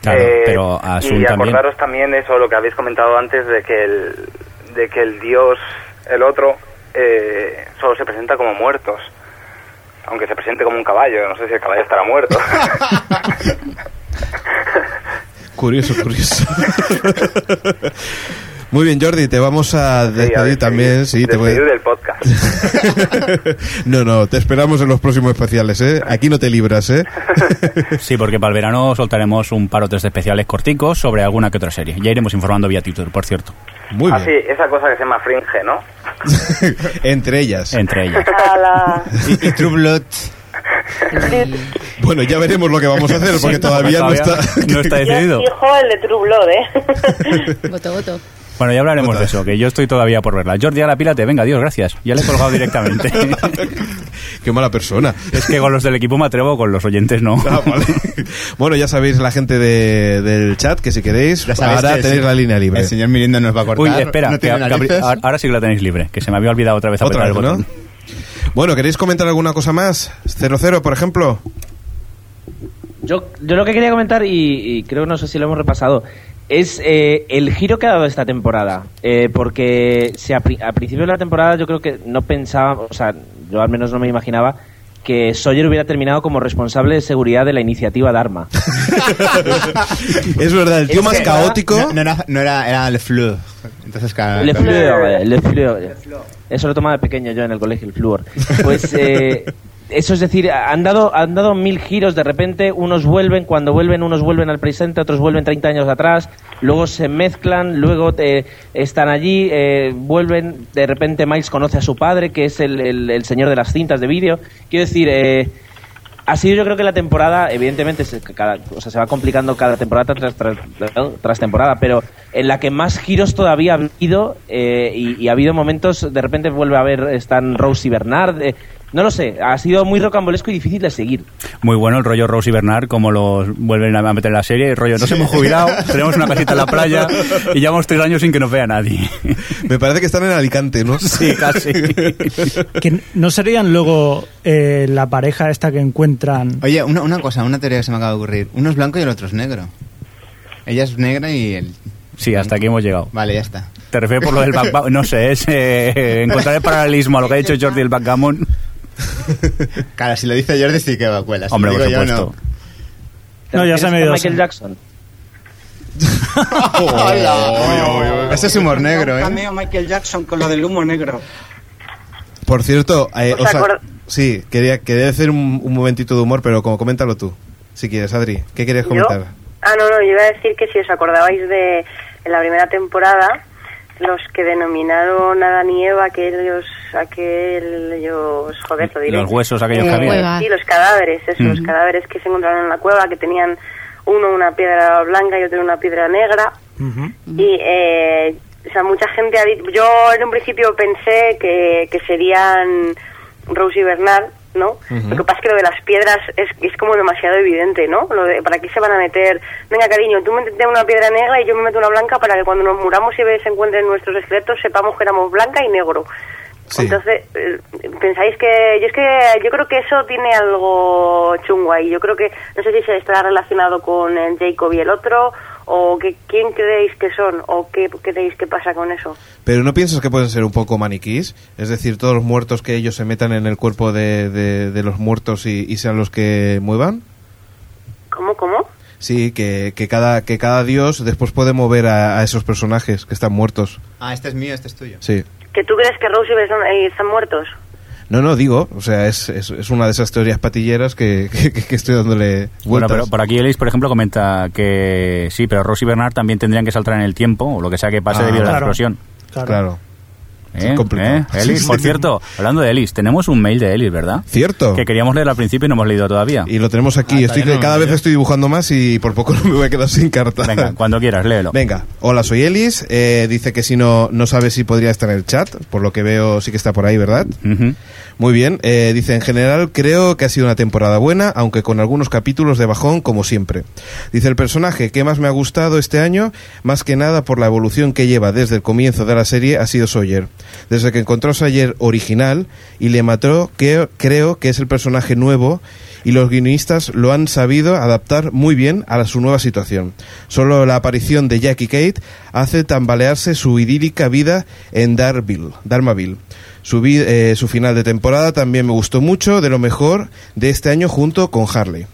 S4: Claro,
S12: Eh,
S4: pero a Sun
S12: y
S4: también.
S12: acordaros también eso, lo que habéis comentado antes, de que el, de que el dios, el otro, eh, solo se presenta como muertos. Aunque se presente como un caballo, no sé si el caballo estará muerto.
S2: Curioso, curioso. Muy bien, Jordi, te vamos a
S12: Sí, a
S2: despedir
S12: ver,
S2: también. Sí, te voy-
S12: despedir del podcast.
S2: no, no, te esperamos en los próximos especiales, ¿eh? Aquí no te libras, ¿eh?
S4: Sí, porque para el verano soltaremos un par o tres de especiales corticos sobre alguna que otra serie. Ya iremos informando vía Twitter, por cierto,
S2: Muy
S12: Así,
S2: bien.
S12: Ah, esa cosa que se llama fringe, ¿no?
S2: Entre ellas.
S4: entre ellas.
S10: Ala.
S3: Y, y True Blood,
S2: Bueno, ya veremos lo que vamos a hacer, porque
S4: Sí,
S2: todavía no está...
S4: no está
S10: Yo
S4: decidido.
S10: fijo el de True Blood, ¿eh?
S5: Voto, voto.
S4: Bueno, ya hablaremos de eso, que yo estoy todavía por verla. Jordi, ahora pílate, venga, Dios, gracias. Ya le he colgado directamente.
S2: Qué mala persona.
S4: es que con los del equipo me atrevo, con los oyentes no.
S2: Ah, vale. Bueno, ya sabéis la gente de- del chat que si queréis,
S3: ya sabéis
S2: ahora
S3: que
S2: tenéis
S3: el-
S2: la línea libre.
S3: El señor Mirindo nos va a cortar.
S4: Uy, espera,
S3: no
S4: que-
S3: tiene
S4: que abri-
S3: narices.
S4: ahora- ahora sí que la tenéis libre, que se me había olvidado otra vez
S2: Otra
S4: apretar
S2: vez, ¿no?
S4: el botón.
S2: Bueno, ¿queréis comentar alguna cosa más? ¿00, por ejemplo?
S8: Yo, yo lo que quería comentar, y, y creo que no sé si lo hemos repasado, es eh, el giro que ha dado esta temporada. Eh, porque si a, pri- a principio de la temporada yo creo que no pensaba, o sea, yo al menos no me imaginaba que Sawyer hubiera terminado como responsable de seguridad de la iniciativa Dharma.
S2: es verdad, el tío
S8: Es
S2: más
S8: que-
S2: caótico...
S3: No, no era, no era, era Le Fleur. Entonces, claro.
S8: Le
S3: claro.
S8: flúor, le flúor. Eso lo tomaba de pequeño yo en el colegio, el flúor. Pues eh, eso es decir, han dado, han dado mil giros de repente, unos vuelven, cuando vuelven, unos vuelven al presente, otros vuelven 30 años atrás, luego se mezclan, luego eh, están allí, eh, vuelven, de repente Miles conoce a su padre, que es el, el- el señor de las cintas de vídeo. Quiero decir... eh, ha sido yo creo que la temporada, evidentemente, se, cada- o sea, se va complicando cada temporada tras, tras- tras temporada, pero en la que más giros todavía ha habido eh, y, y ha habido momentos, de repente vuelve a haber, están Rose y Bernard, eh, no lo sé, ha sido muy rocambolesco y difícil de seguir.
S4: Muy bueno el rollo Rose y Bernard, como los vuelven a meter en la serie, el rollo, nos hemos jubilado, tenemos una casita en la playa y llevamos tres años sin que nos vea nadie.
S2: Me parece que están en Alicante, ¿no?
S4: Sí, casi.
S6: Que no serían luego eh, la pareja esta que encuentran.
S3: Oye, una, una cosa, una teoría que se me acaba de ocurrir. Uno es blanco y el otro es negro. Ella es negra y él.
S4: Sí, hasta aquí hemos llegado.
S3: Vale, ya está.
S4: ¿Te refieres por lo del backgammon? No sé, es eh, encontrar el paralelismo a lo que ha dicho Jordi del backgammon.
S3: Claro, si lo dice Jordi, sí que va a cuela. Si
S4: Hombre,
S3: lo
S4: por
S3: digo yo,
S4: supuesto.
S8: ¿Te
S6: No, ya se
S8: refieres
S6: me ha
S8: a
S6: ido,
S8: Michael
S6: sí.
S8: Jackson.
S3: no. Hola. Ese Este es humor negro,
S9: Un
S3: ¿eh?
S9: cameo Michael Jackson con lo del humo negro.
S2: Por cierto, eh,
S10: ¿Os
S2: o sea,
S10: acord-
S2: sí, quería, quería hacer un, un momentito de humor, pero como coméntalo tú, si quieres, Adri. ¿Qué querías
S10: ¿Yo?
S2: comentar?
S10: Ah, no, no, yo iba a decir que si os acordabais de en la primera temporada, los que denominaron a Danieva aquellos, aquellos, joder, lo diré.
S4: Los huesos aquellos que
S5: Eh,
S4: había.
S5: hueva.
S10: Sí, los cadáveres, eso, los cadáveres que se encontraron en la cueva, que tenían uno una piedra blanca y otro una piedra negra. Y, eh, o sea, mucha gente ha dicho, yo en un principio pensé que, que serían Rose y Bernard, ¿no? Lo que pasa es que lo de las piedras es, es como demasiado evidente, ¿no? Lo de, ¿Para qué se van a meter? Venga, cariño, tú mete una piedra negra y yo me meto una blanca para que cuando nos muramos y se encuentren nuestros esqueletos sepamos que éramos blanca y negro.
S2: Sí.
S10: Entonces, eh, pensáis que yo es que yo creo que eso tiene algo chungo ahí. Yo creo que no sé si se está relacionado con el Jacob y el otro o que quién creéis que son o qué creéis que pasa con eso.
S2: Pero ¿no piensas que pueden ser un poco maniquís? Es decir, todos los muertos que ellos se metan en el cuerpo de, de- de los muertos y, y sean los que muevan.
S10: ¿Cómo cómo?
S2: Sí, que, que cada, que cada dios después puede mover a, a esos personajes que están muertos.
S3: Ah, este es mío, este es tuyo.
S2: Sí.
S10: ¿Que tú crees que Rose y Ben son- eh, están muertos?
S2: No, no, digo, o sea, es, es, es una de esas teorías patilleras que, que, que estoy dándole
S4: Bueno,
S2: vueltas.
S4: pero por aquí Elise, por ejemplo, comenta que sí, pero Ross y Bernard también tendrían que saltar en el tiempo o lo que sea que pase
S2: Ah,
S4: debido a la
S2: claro.
S4: explosión.
S2: Claro.
S4: ¿Eh?
S2: Es complicado.
S4: ¿Eh? Elis,
S2: Sí,
S4: por
S2: sí.
S4: cierto, hablando de Elis, tenemos un mail de Elis, ¿verdad?
S2: Cierto.
S4: Que queríamos leer al principio y no hemos leído todavía.
S2: Y lo tenemos aquí.
S4: Ah,
S2: estoy,
S4: todavía no lo
S2: cada
S4: he
S2: vez
S4: leído.
S2: estoy dibujando más y por poco no me voy a quedar sin carta.
S4: Venga, cuando quieras, léelo.
S2: Venga, hola, soy Elis. Eh, dice que si no, no sabe si podría estar en el chat. Por lo que veo, sí que está por ahí, ¿verdad?
S4: Ujú.
S2: Muy bien. Eh, dice, en general, creo que ha sido una temporada buena, aunque con algunos capítulos de bajón, como siempre. Dice, el personaje que más me ha gustado este año, más que nada por la evolución que lleva desde el comienzo de la serie, ha sido Sawyer. Desde que encontró a Sawyer original y le mató, que creo que es el personaje nuevo y los guionistas lo han sabido adaptar muy bien a la- su nueva situación. Solo la aparición de Jackie Kate hace tambalearse su idílica vida en Darville, Darmaville. Su, vi- eh, su final de temporada también me gustó mucho, de lo mejor de este año junto con Harley.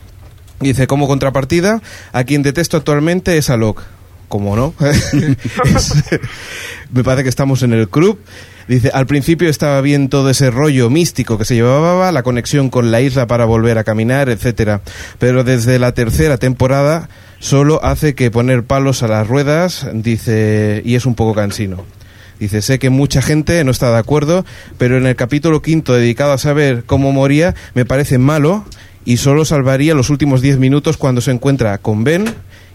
S2: Dice, como contrapartida, a quien detesto actualmente es a Locke. Como no, Es- me parece que estamos en el club. Dice, al principio estaba bien todo ese rollo místico que se llevaba, la conexión con la isla para volver a caminar, etcétera. Pero desde la tercera temporada solo hace que poner palos a las ruedas, dice, y es un poco cansino. Dice, sé que mucha gente no está de acuerdo, pero en el capítulo quinto dedicado a saber cómo moría, me parece malo y solo salvaría los últimos 10 minutos cuando se encuentra con Ben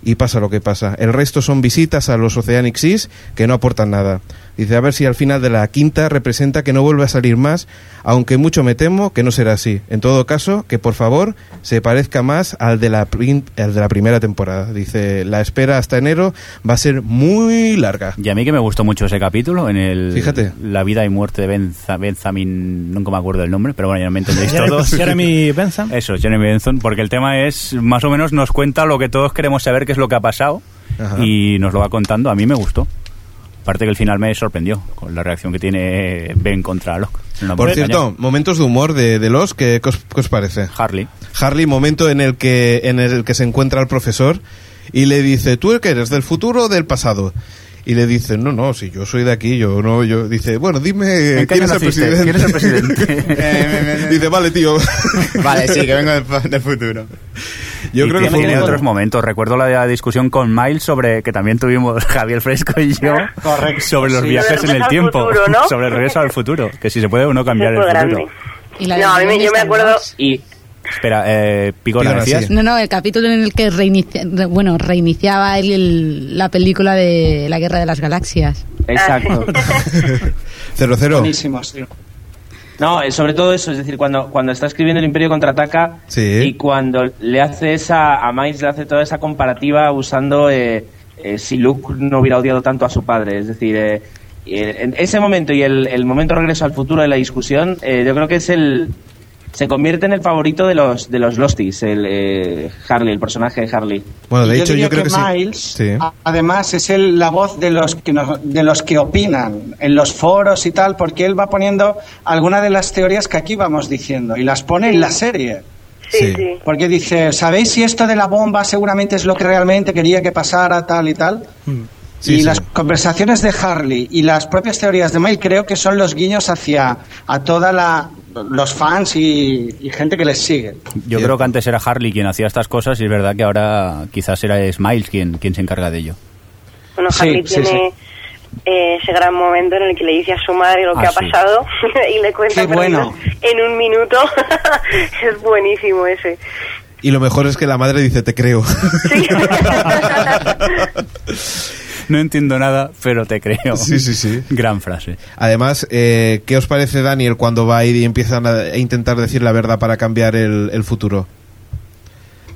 S2: y pasa lo que pasa. El resto son visitas a los Oceanic Seas que no aportan nada. Dice, a ver si al final de la quinta representa que no vuelve a salir más, aunque mucho me temo que no será así. En todo caso, que por favor se parezca más al de la, prim- al de la primera temporada. Dice, la espera hasta enero va a ser muy larga.
S4: Y a mí que me gustó mucho ese capítulo, en el
S2: Fíjate.
S4: La vida y muerte de Benza- Benjamin, nunca me acuerdo el nombre, pero bueno, ya me entendéis todos.
S6: Jeremy Bentham.
S4: Eso, Jeremy Benson, porque el tema es, más o menos nos cuenta lo que todos queremos saber, qué es lo que ha pasado,
S2: Ajá.
S4: y nos lo va contando. A mí me gustó. Aparte que el final me sorprendió, con la reacción que tiene Ben contra Locke. No me
S2: Por
S4: engaño.
S2: cierto, momentos de humor de, de los que ¿qué os, qué os parece.
S4: Harley.
S2: Harley, momento en el que en el que se encuentra el profesor y le dice, ¿tú que eres del futuro o del pasado? Y le dice, no, no, si yo soy de aquí, yo no, yo. Dice, bueno, dime
S4: ¿En qué
S2: quién es,
S4: año
S2: el
S4: naciste?
S2: presidente. Eh,
S4: ¿Quién es el presidente?
S2: dice, vale, tío.
S3: Vale, sí, que vengo del, fu- del futuro.
S2: Yo
S4: Y
S2: creo que
S4: tiene,
S2: fue
S4: tiene
S2: un-
S4: otros momentos. Recuerdo la, la discusión con Miles sobre que también tuvimos Javier Fresco y yo sobre los
S9: sí.
S4: viajes en
S10: Sobre regreso
S4: el
S10: al
S4: tiempo,
S10: futuro, ¿no?
S4: sobre el regreso al futuro, que si se puede uno cambiar el
S10: Muy grande.
S4: futuro.
S5: Y la de
S10: No, a mí me- yo me
S5: Star
S10: acuerdo-
S5: Wars.
S8: Y
S4: Espera, eh, Picona,
S2: Picona,
S4: decías.
S2: sí.
S5: No, no, el capítulo en el que reinicia, re- bueno, reiniciaba el- el- la película de la Guerra de las Galaxias.
S8: exacto.
S2: Cero, cero.
S9: Buenísimo, sí.
S8: No, eh, sobre todo eso, es decir, cuando, cuando está escribiendo el Imperio contraataca
S2: Sí.
S8: y cuando le hace esa, a Miles le hace toda esa comparativa usando eh, eh, si Luke no hubiera odiado tanto a su padre, es decir, eh, y el- en ese momento y el, el momento regreso al futuro de la discusión, eh, yo creo que es el se convierte en el favorito de los de los Losties, el eh, Harley, el personaje de Harley.
S2: Bueno, de
S9: Y
S2: hecho, yo,
S9: diría
S2: creo que, sí.
S9: Miles,
S2: sí.
S9: a- además, es el- la voz de los, que nos- de los que opinan en los foros y tal, porque él va poniendo algunas de las teorías que aquí vamos diciendo y las pone en la serie.
S10: Sí,
S2: Sí.
S10: sí.
S9: Porque dice, ¿sabéis si esto de la bomba seguramente es lo que realmente quería que pasara, tal y tal?
S2: Sí,
S9: y
S2: sí.
S9: las conversaciones de Harley y las propias teorías de Mail creo que son los guiños hacia a toda la los fans y, y gente que les sigue.
S4: Yo
S2: Cierto.
S4: creo que antes era Harley quien hacía estas cosas y es verdad que ahora quizás era Smiles quien, quien se encarga de ello.
S10: Bueno,
S9: Sí,
S10: Harley
S9: sí,
S10: tiene eh, ese gran momento en el que le dice a su madre lo que ha
S4: Ah, sí.
S10: pasado y le cuenta
S9: Qué
S10: pero
S9: bueno.
S10: en un minuto. es buenísimo ese.
S2: Y lo mejor es que la madre dice, te creo.
S10: Sí.
S4: No entiendo nada, pero te creo.
S2: Sí, sí, sí.
S4: Gran frase.
S2: Además, eh, ¿qué os parece, Daniel, cuando va ir y empiezan a, a intentar decir la verdad para cambiar el, el futuro?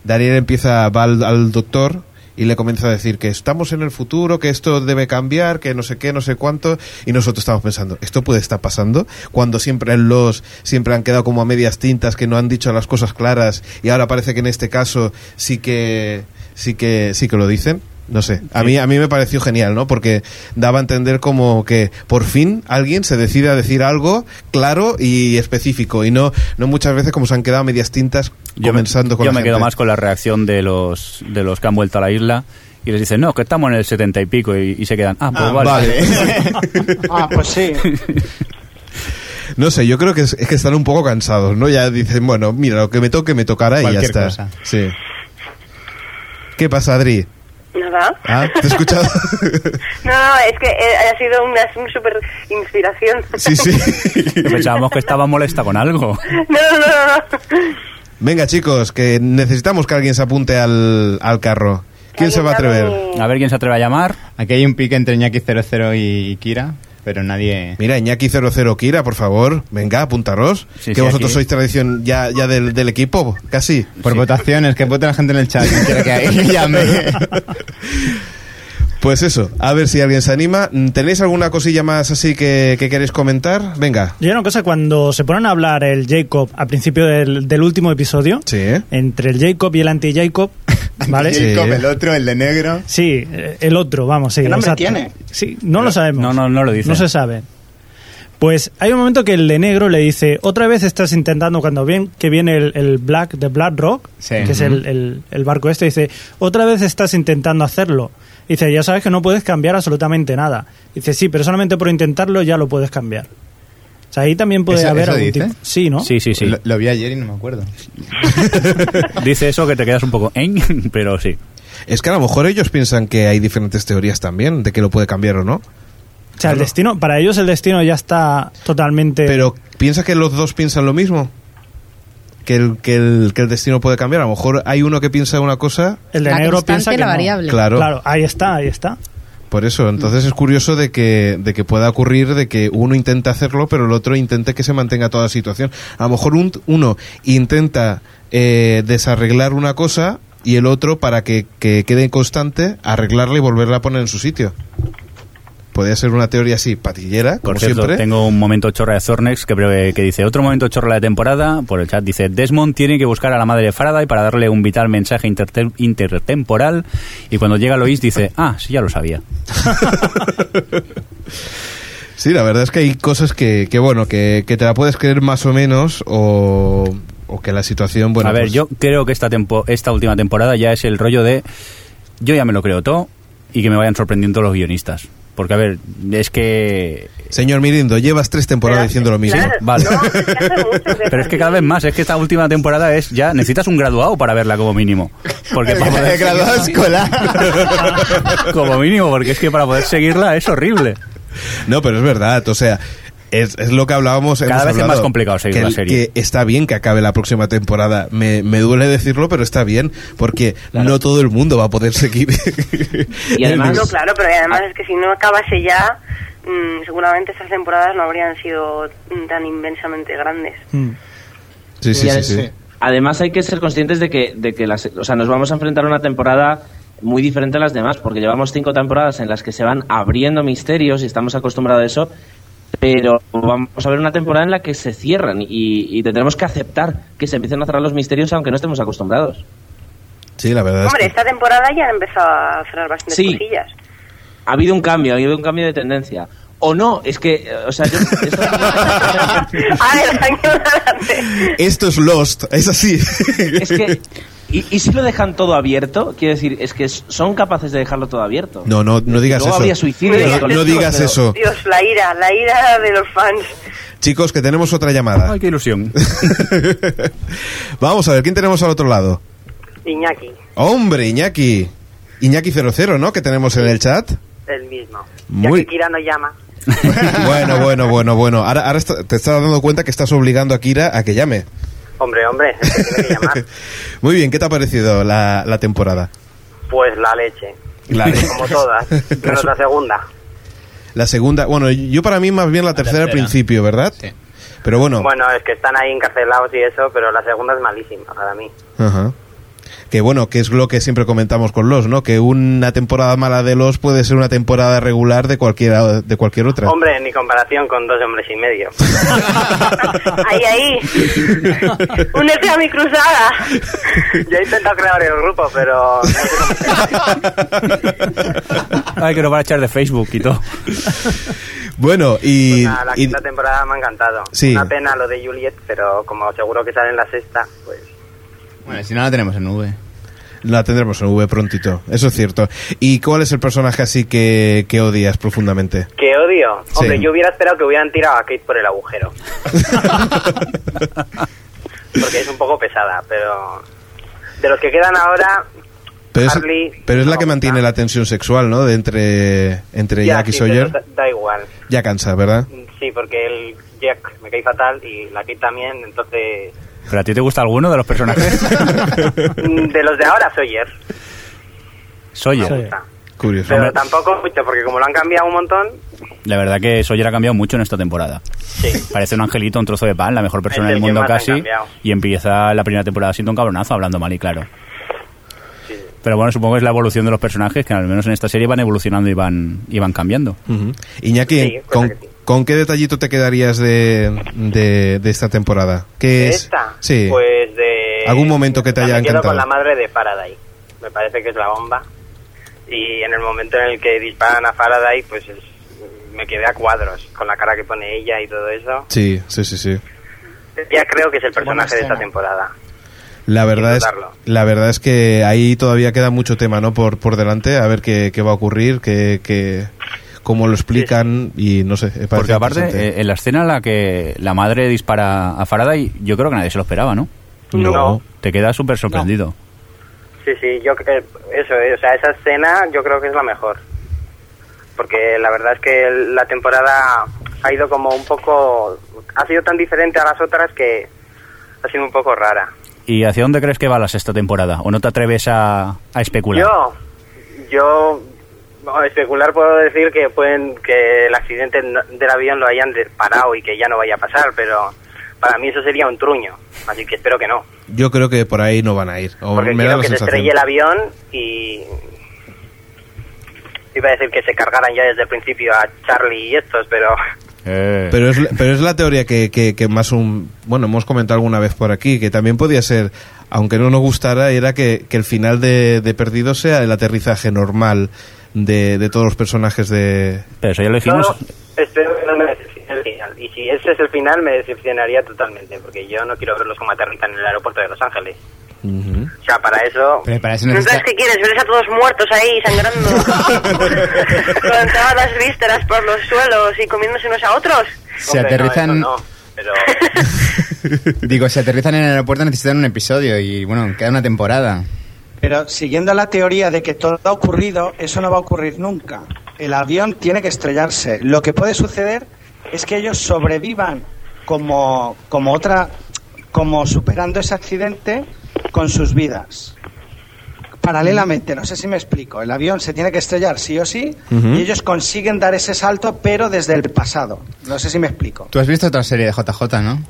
S2: Daniel empieza, va al, al doctor y le comienza a decir que estamos en el futuro, que esto debe cambiar, que no sé qué, no sé cuánto, y nosotros estamos pensando, esto puede estar pasando, cuando siempre en los siempre han quedado como a medias tintas, que no han dicho las cosas claras, y ahora parece que en este caso sí que sí que sí que lo dicen. No sé, a mí, a mí me pareció genial, ¿no? Porque daba a entender como que por fin alguien se decide a decir algo claro y específico y no, no muchas veces como se han quedado a medias tintas comenzando
S4: me,
S2: con
S4: yo
S2: la
S4: me quedo
S2: gente.
S4: más con la reacción de los, de los que han vuelto a la isla y les dicen, no, que estamos en el setenta y pico y, y se quedan, ah, pues
S2: Ah,
S4: vale.
S9: Ah, pues sí.
S2: No sé, yo creo que es, es que están un poco cansados, ¿no? Ya dicen, bueno, mira, lo que me toque, me tocará y ya
S3: Cualquier
S2: está.
S3: cosa.
S2: Sí. ¿Qué pasa, Adri?
S10: Nada.
S2: ¿Ah? ¿Te he escuchado?
S10: No, no, es que eh, ha sido una super inspiración.
S2: sí, sí.
S4: Pensábamos que estaba molesta con algo.
S10: No, no, no, no.
S2: Venga, chicos, que necesitamos que alguien se apunte al, al carro. ¿Quién se va a atrever?
S4: A ver quién se atreve a llamar.
S3: Aquí hay un pique entre Ñaki 00 y Kira, pero nadie...
S2: Mira, Iñaki 00 Kira, por favor, venga, apuntaros.
S4: Sí,
S2: que
S4: sí,
S2: vosotros
S4: aquí.
S2: sois tradición ya, ya del, del equipo, casi.
S3: Por votaciones, que vote la gente en el chat. quien quiera que ahí llame.
S2: Pues eso, a ver si alguien se anima. ¿Tenéis alguna cosilla más así que, que queréis comentar? Venga.
S6: Y hay una cosa, cuando se ponen a hablar el Jacob al principio del, del último episodio,
S2: Sí, ¿eh?
S6: entre el Jacob y el anti-Jacob, ¿vale?
S2: Sí.
S3: Jacob, el otro, el de negro.
S6: Sí, eh, el otro, vamos, sí.
S9: ¿Qué nombre
S6: exacto.
S9: tiene?
S6: Sí, no lo sabemos.
S4: No, no, no lo dicen.
S6: No se sabe. Pues hay un momento que el de negro le dice, otra vez estás intentando, cuando bien que viene el, el Black de Black Rock,
S3: Sí.
S6: que es el, el- el barco este, dice, otra vez estás intentando hacerlo. Dice, ya sabes que no puedes cambiar absolutamente nada. Dice, sí, pero solamente por intentarlo ya lo puedes cambiar. O sea, ahí también puede
S3: ¿Eso-
S6: haber
S3: eso
S6: algún
S3: dice?
S6: tipo- Sí, ¿no?
S4: Sí, sí, sí.
S3: Lo, lo vi ayer y no me acuerdo.
S4: Dice eso que te quedas un poco en, pero sí.
S2: Es que a lo mejor ellos piensan que hay diferentes teorías también de que lo puede cambiar o no.
S6: O sea, el destino, para ellos el destino ya está totalmente...
S2: Pero piensa que los dos piensan lo mismo. Que el, que, el, que el destino puede cambiar. A lo mejor hay uno que piensa una cosa,
S6: el de
S5: La
S6: negro
S5: constante,
S6: piensa que
S5: la
S6: no.
S5: variable.
S2: Claro.
S6: Claro, ahí está, ahí está.
S2: por eso. Entonces es curioso de que, de que pueda ocurrir de que uno intenta hacerlo, pero el otro intente que se mantenga toda la situación. A lo mejor un- uno intenta eh, desarreglar una cosa y el otro, para que, que quede constante, arreglarla y volverla a poner en su sitio. Podría ser una teoría así, patillera, como
S4: Por cierto,
S2: siempre.
S4: tengo un momento chorra de Zornex que, breve- que dice, otro momento chorra de temporada, por el chat dice, Desmond tiene que buscar a la madre de Faraday para darle un vital mensaje interte- intertemporal y cuando llega Lois dice, ah, sí, ya lo sabía. eh.
S2: Sí, la verdad es que hay cosas que, que bueno, que, que te la puedes creer más o menos o, o que la situación, bueno...
S4: a ver,
S2: pues-
S4: yo creo que esta, tempo- esta última temporada ya es el rollo de, yo ya me lo creo todo y que me vayan sorprendiendo los guionistas. Porque, a ver, es que...
S2: Señor Mirindo, llevas tres temporadas diciendo lo mismo.
S10: Claro,
S4: Vale.
S10: no, es que hace mucho que
S4: Pero es que cada vez más, es que esta última temporada es ya, necesitas un graduado para verla como mínimo. Porque para poder-
S3: El graduado escolar.
S4: como mínimo, porque es que para poder seguirla es horrible.
S2: No, pero es verdad, o sea... Es, es lo que hablábamos.
S4: Cada
S2: hemos
S4: vez es
S2: hablado,
S4: más complicado seguir
S2: que,
S4: la serie.
S2: que está bien que acabe la próxima temporada. Me, me duele decirlo, pero está bien, porque no todo el mundo va a poder seguir.
S8: Y además-
S10: No, claro, pero además es que si no acabase ya, mm, seguramente estas temporadas no habrían sido mm, tan inmensamente grandes.
S6: Mm.
S2: Sí, sí, sí. sí.
S8: Además hay que ser conscientes de que, de que las, o sea, nos vamos a enfrentar a una temporada muy diferente a las demás, porque llevamos cinco temporadas en las que se van abriendo misterios y estamos acostumbrados a eso, pero vamos a ver una temporada en la que se cierran y, y tendremos que aceptar que se empiecen a cerrar los misterios aunque no estemos acostumbrados.
S2: Sí, la verdad
S10: Hombre,
S2: es que.
S10: esta temporada ya han empezado a cerrar bastantes
S8: Sí.
S10: cosillas.
S8: Ha habido un cambio, ha habido un cambio de tendencia. O no, es que, eh, o sea, yo...
S10: a
S8: esta-
S10: ver, adelante.
S2: Esto es Lost, es así.
S8: es que... Y, y si lo dejan todo abierto, quiero decir, es que son capaces de dejarlo todo abierto.
S2: No, no, no digas
S8: Luego
S2: eso.
S8: había suicidios.
S2: No- no digas
S8: Pero-
S2: eso.
S10: Dios, la ira, la ira de los fans.
S2: Chicos, que tenemos otra llamada.
S4: Ay, qué ilusión.
S2: Vamos a ver, ¿quién tenemos al otro lado?
S13: Iñaki,
S2: Hombre, Iñaki. Iñaki 00, ¿no? Que tenemos en el chat.
S13: el mismo. Ya
S2: Muy-
S13: que Kira no llama.
S2: bueno, bueno, bueno, bueno. Ahora, ahora está- te estás dando cuenta que estás obligando a Kira a que llame.
S13: Hombre, hombre, es que tiene que llamar.
S2: Muy bien, ¿qué te ha parecido la, la temporada?
S13: Pues la leche.
S2: La,
S13: Como todas. Pero la segunda.
S2: la segunda, bueno, yo para mí más bien la tercera, al
S3: tercera.
S2: principio, ¿verdad?
S3: Sí.
S2: Pero bueno.
S13: Bueno, es que están ahí encarcelados y eso, pero la segunda es malísima para mí.
S2: ajá. Que bueno, que es lo que siempre comentamos con los, ¿no? Que una temporada mala de los puede ser una temporada regular de cualquiera de cualquier otra.
S13: Hombre, ni comparación con dos hombres y medio.
S10: Ahí, ahí. Únete a mi cruzada.
S13: Yo he intentado crear el grupo, pero...
S4: Ay, que nos van a echar de Facebook y todo.
S2: Bueno, y,
S13: Pues Nada, la
S2: y-
S13: quinta temporada me ha encantado.
S2: Sí.
S13: Una pena lo de Juliet, pero como seguro que sale en la sexta, pues...
S3: Bueno, si no la tenemos en V.
S2: la tendremos en V prontito, eso es cierto. ¿Y cuál es el personaje así que, que odias profundamente?
S13: ¡Qué odio!
S2: Sí.
S13: Hombre, yo hubiera esperado que hubieran tirado a Kate por el agujero. Porque es un poco pesada, pero... De los que quedan ahora,
S2: Pero es,
S13: Harley-
S2: pero es la que mantiene la tensión sexual, ¿no? De entre, entre
S13: ya,
S2: Jack y
S13: sí,
S2: Sawyer.
S13: pero Da, da igual.
S2: Ya cansa, ¿verdad?
S13: Sí, porque el Jack me cae fatal y la Kate también, entonces...
S4: ¿Pero a ti te gusta alguno de los personajes?
S13: Mm, De los de ahora, Sawyer.
S4: Sawyer.
S2: Curioso.
S13: Pero tampoco mucho, porque como lo han cambiado un montón,
S4: La verdad que Sawyer ha cambiado mucho en esta temporada. Parece un angelito, un trozo de pan, la mejor persona
S13: Es el
S4: del
S13: que
S4: mundo
S13: más han
S4: casi.
S13: cambiado.
S4: Y empieza la primera temporada siendo un cabronazo, hablando mal y claro. Pero bueno, supongo que es la evolución de los personajes, que al menos en esta serie van evolucionando y van, y van cambiando.
S2: Ujú. Iñaki, ¿con, con qué detallito te quedarías de, de, de esta temporada? ¿Qué
S13: de
S2: es?
S13: esta,
S2: Sí.
S13: pues de...
S2: ¿Algún momento que te
S13: Ya
S2: haya
S13: me quedo
S2: encantado?
S13: con la madre de Faraday. Me parece que es la bomba. Y en el momento en el que disparan a Faraday, pues es- me quedé a cuadros con la cara que pone ella y todo eso.
S2: Sí, sí, sí, sí.
S13: Ya creo que es el personaje de esta temporada.
S2: La verdad, es,
S13: Disfrutarlo.
S2: la verdad es que ahí todavía queda mucho tema ¿no? por, por delante, a ver qué, qué va a ocurrir, qué, qué- cómo lo explican y no sé. eh, parece
S4: Porque aparte,
S2: interesante.
S4: eh, en la escena en la que la madre dispara a Faraday, yo creo que nadie se lo esperaba, ¿no?
S13: No. No.
S4: Te queda súper sorprendido.
S13: Sí, sí, yo creo que eso, eh, o sea, esa escena yo creo que es la mejor. Porque la verdad es que el- la temporada ha ido como un poco. Ha sido tan diferente a las otras que ha sido un poco rara.
S4: ¿Y hacia dónde crees que va la sexta temporada? ¿O no te atreves a, a especular?
S13: Yo, yo, bueno, especular puedo decir que pueden que el accidente no- del avión lo hayan de- parado y que ya no vaya a pasar, pero para mí eso sería un truño. Así que espero que no.
S4: eh,
S2: Yo creo que por ahí no van a ir. o
S13: Porque
S2: me
S13: quiero
S2: da la
S13: que se
S2: sensación.
S13: estrelle el avión y... Iba a decir que se cargaran ya desde el principio a Charlie y estos, pero...
S3: Eh.
S2: Pero es, la- pero es la teoría que, que- que más un... Bueno, hemos comentado alguna vez por aquí, que también podía ser, aunque no nos gustara, era que, que el final de, de Perdido sea el aterrizaje normal de, de todos los personajes de...
S4: Pero eso ya lo dijimos.
S13: Todo- espero que no me decepcione el final. Y si ese es el final, me decepcionaría totalmente, porque yo no quiero verlos como aterrizan en el aeropuerto de Los Ángeles. O sea, para eso...
S3: Pero para eso
S10: Entonces,
S3: necesita...
S10: ¿qué quieres? Verles a todos muertos ahí, sangrando. Con todas las vísceras por los suelos y comiéndose unos a otros.
S3: Si aterrizan... Digo, si aterrizan en el aeropuerto necesitan un episodio y, bueno, queda una temporada.
S9: Pero siguiendo la teoría de que todo ha ocurrido, eso no va a ocurrir nunca. El avión tiene que estrellarse. Lo que puede suceder es que ellos sobrevivan como, como otra, como superando ese accidente con sus vidas. Paralelamente, no sé si me explico, el avión se tiene que estrellar sí o sí
S3: Ujú.
S9: y ellos consiguen dar ese salto, pero desde el pasado. No sé si me explico.
S3: Tú has visto otra serie de JJ, ¿no?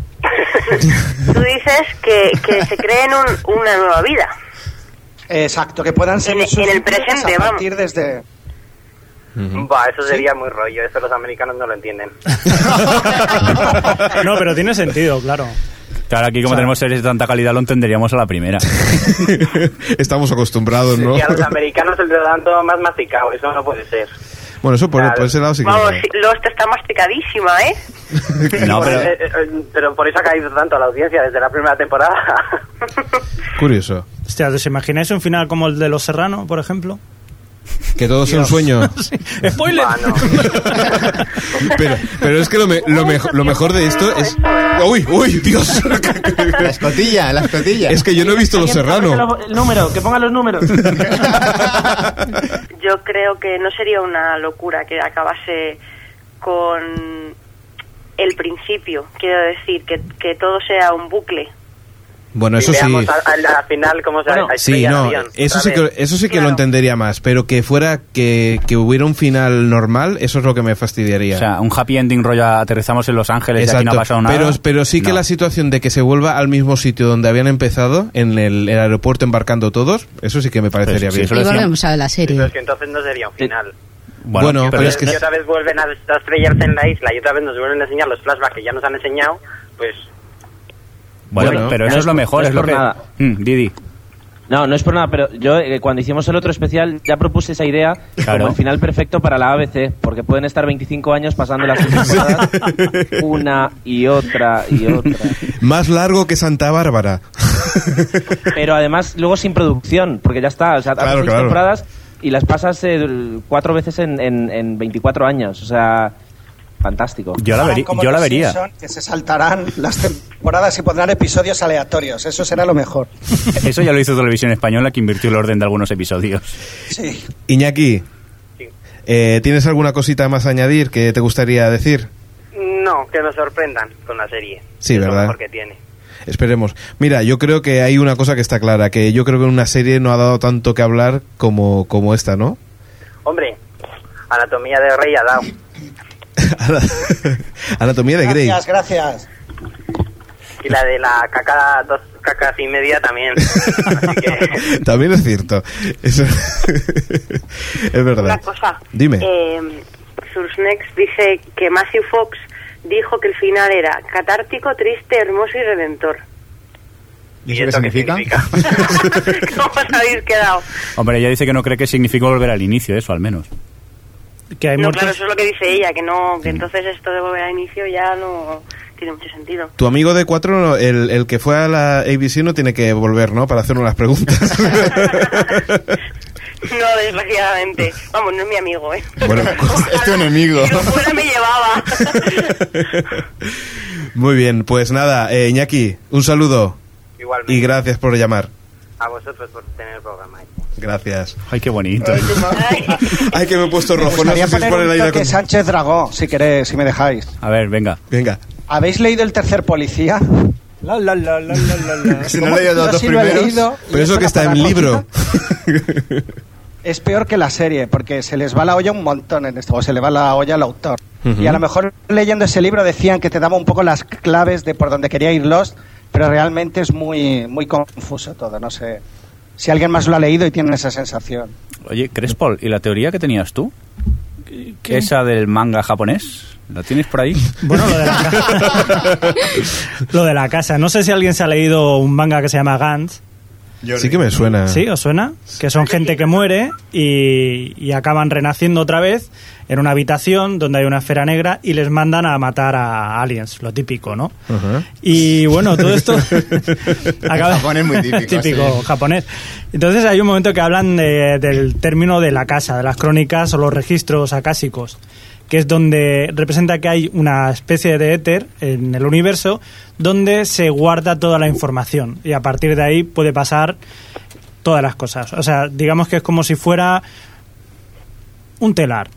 S10: Tú dices que, que se creen un- una nueva vida.
S9: Exacto, que puedan
S10: En,
S9: seguir sus
S10: en el
S9: vidas
S10: presente,
S9: a
S10: vamos.
S9: partir desde...
S13: Buah, eso sería muy rollo, eso los americanos no lo entienden.
S6: No, pero tiene sentido, claro.
S4: Claro, aquí como
S6: O sea-
S4: tenemos series de tanta calidad lo entenderíamos a la primera.
S2: Estamos acostumbrados, ¿no?
S13: Y a los americanos se lo dan todo más masticado, eso no puede ser.
S2: bueno, eso por,
S13: Claro.
S2: por ese lado Ah, sí que...
S10: Vamos, Lost está masticadísima, ¿eh?
S4: No,
S13: Por-
S4: pero-
S13: eh, eh, pero por eso ha caído tanto la audiencia desde la primera temporada.
S2: Curioso.
S6: Hostia, ¿os imagináis un final como el de Los Serrano, por ejemplo?
S2: Que todo sea un sueño.
S6: ¡Spoiler!
S13: Ah,
S2: Pero, pero es que lo, me- lo, mejo- lo mejor de esto es... ¡Uy, uy, Dios!
S3: La escotilla, la escotilla.
S2: Es que yo no he visto Los Serrano.
S8: El número, que pongan los números.
S10: Yo creo que no sería una locura que acabase con el principio. Quiero decir, que, que todo sea un bucle.
S2: Bueno,
S13: Y
S2: eso sí.
S13: veamos a- a la final cómo se
S8: Bueno,
S13: ha
S2: Sí,
S13: estrellado
S2: no,
S13: el avión,
S2: eso sí
S13: otra
S2: que,
S13: vez.
S2: eso sí que lo entendería más, pero que fuera que, que hubiera un final normal, eso es lo que me fastidiaría.
S4: O sea, un happy ending rollo aterrizamos en Los Ángeles y aquí no ha pasado nada.
S2: Pero, pero sí que la situación de que se vuelva al mismo sitio donde habían empezado, en el, el aeropuerto embarcando todos, eso sí que me parecería
S4: Pues sí,
S2: bien.
S4: eso
S5: Y volvemos a ver la serie.
S13: Que entonces no sería un final.
S2: Bueno, pero, es que...
S13: si otra vez vuelven a a estrellarse en la isla y otra vez nos vuelven a enseñar los flashbacks que ya nos han enseñado, pues
S4: Bueno,
S8: Bueno,
S4: pero
S8: no
S4: eso
S8: es
S4: es lo
S8: por-
S4: mejor,
S8: no es
S4: es lo
S8: por
S4: que...
S8: nada.
S4: Mm, Didi.
S8: No, no es por nada, pero yo eh, cuando hicimos el otro especial ya propuse esa idea
S4: Claro.
S8: como el final perfecto para la ABC, porque pueden estar 25 años pasando las temporadas una y otra y otra.
S2: Más largo que Santa Bárbara.
S8: Pero además luego sin producción, porque ya está, o sea, haces
S2: Claro,
S8: seis
S2: claro.
S8: temporadas y las pasas eh, cuatro veces en, en, en 24 años, o sea, fantástico.
S4: Yo la,
S3: Ah,
S9: Harán
S4: verí-
S9: como
S4: yo la
S9: los
S4: vería.
S9: Simpson, que se saltarán las temporadas y pondrán episodios aleatorios. Eso será lo mejor.
S4: Eso ya lo hizo Televisión Española, que invirtió el orden de algunos episodios.
S9: Sí.
S2: Iñaki, eh, ¿tienes alguna cosita más a añadir que te gustaría decir?
S13: no, que nos sorprendan con la serie.
S2: Sí,
S13: es
S2: ¿verdad?
S13: Lo mejor que tiene.
S2: Esperemos. Mira, yo creo que hay una cosa que está clara, que yo creo que una serie no ha dado tanto que hablar como, como esta, ¿no?
S13: Hombre, Anatomía de Rey ha dado.
S2: Anatomía de Grey.
S9: Gracias, gracias.
S13: Y la de la caca, dos cacas y media también. Así que,
S2: También es cierto. Eso- es verdad.
S10: Una cosa.
S2: Dime.
S10: Eh, Sursnex dice que Matthew Fox dijo que el final era catártico, triste, hermoso y redentor.
S3: ¿Y eso qué significa?
S10: ¿Cómo os habéis quedado?
S4: Hombre, ella dice que no cree que significó volver al inicio, eso al menos.
S6: Que hay
S10: No,
S6: muertos.
S10: claro, eso es lo que dice ella, que no, que entonces esto de volver al inicio ya no tiene mucho sentido.
S2: Tu amigo de cuatro, no, el, el que fue a la ABC, no tiene que volver, ¿no? Para hacer unas preguntas.
S10: No, desgraciadamente. Vamos, no es mi amigo, ¿eh?
S2: Bueno, pues,
S3: es
S4: este
S3: tu enemigo.
S10: Si lo fuera me llevaba.
S2: Muy bien, pues nada, eh, Iñaki, un saludo
S13: igualmente.
S2: y gracias por llamar.
S13: A vosotros por tener el programa.
S2: Gracias.
S4: Ay, qué bonito.
S2: Ay, que me he puesto
S9: Me
S2: rojo. No
S9: gustaría
S2: sé si es
S9: poner
S2: por el
S9: un
S2: aire
S9: toque
S2: acond-
S9: Sánchez Dragó, si queréis, si me dejáis.
S4: A ver, venga.
S2: Venga.
S9: ¿Habéis leído El Tercer Policía?
S6: La, la, la, la, la, la, la.
S3: Si no
S9: ¿Cómo?
S3: he leído los
S9: Yo
S3: dos
S9: sí lo he
S3: primeros.
S9: leído y
S2: Pero eso
S9: es
S2: que
S9: una
S2: está en
S9: paranoia.
S2: libro.
S9: Es peor que la serie, porque se les va la olla un montón en esto, o se le va la olla al autor.
S2: Ujú.
S9: Y a lo mejor leyendo ese libro decían que te daba un poco las claves de por donde quería ir Lost, pero realmente es muy, muy confuso todo, no sé. Si alguien más lo ha leído y tiene esa sensación.
S4: Oye, Crespol, ¿y la teoría que tenías tú? Esa del manga japonés. ¿La tienes por ahí?
S6: Bueno, lo de, la casa. lo de la casa. No sé si alguien se ha leído un manga que se llama Gantz.
S2: Sí que me suena.
S6: ¿Sí? ¿Os suena? Que son gente que muere y, y acaban renaciendo otra vez en una habitación donde hay una esfera negra y les mandan a matar a aliens, lo típico, ¿no?
S2: Ajá.
S6: Y bueno, todo esto acaba...
S3: En Japón es muy típico,
S6: Típico
S3: sí.
S6: japonés. Entonces hay un momento que hablan de- del término de la casa, de las crónicas o los registros acásicos, que es donde representa que hay una especie de éter en el universo donde se guarda toda la información y a partir de ahí puede pasar todas las cosas. O sea, digamos que es como si fuera un telar.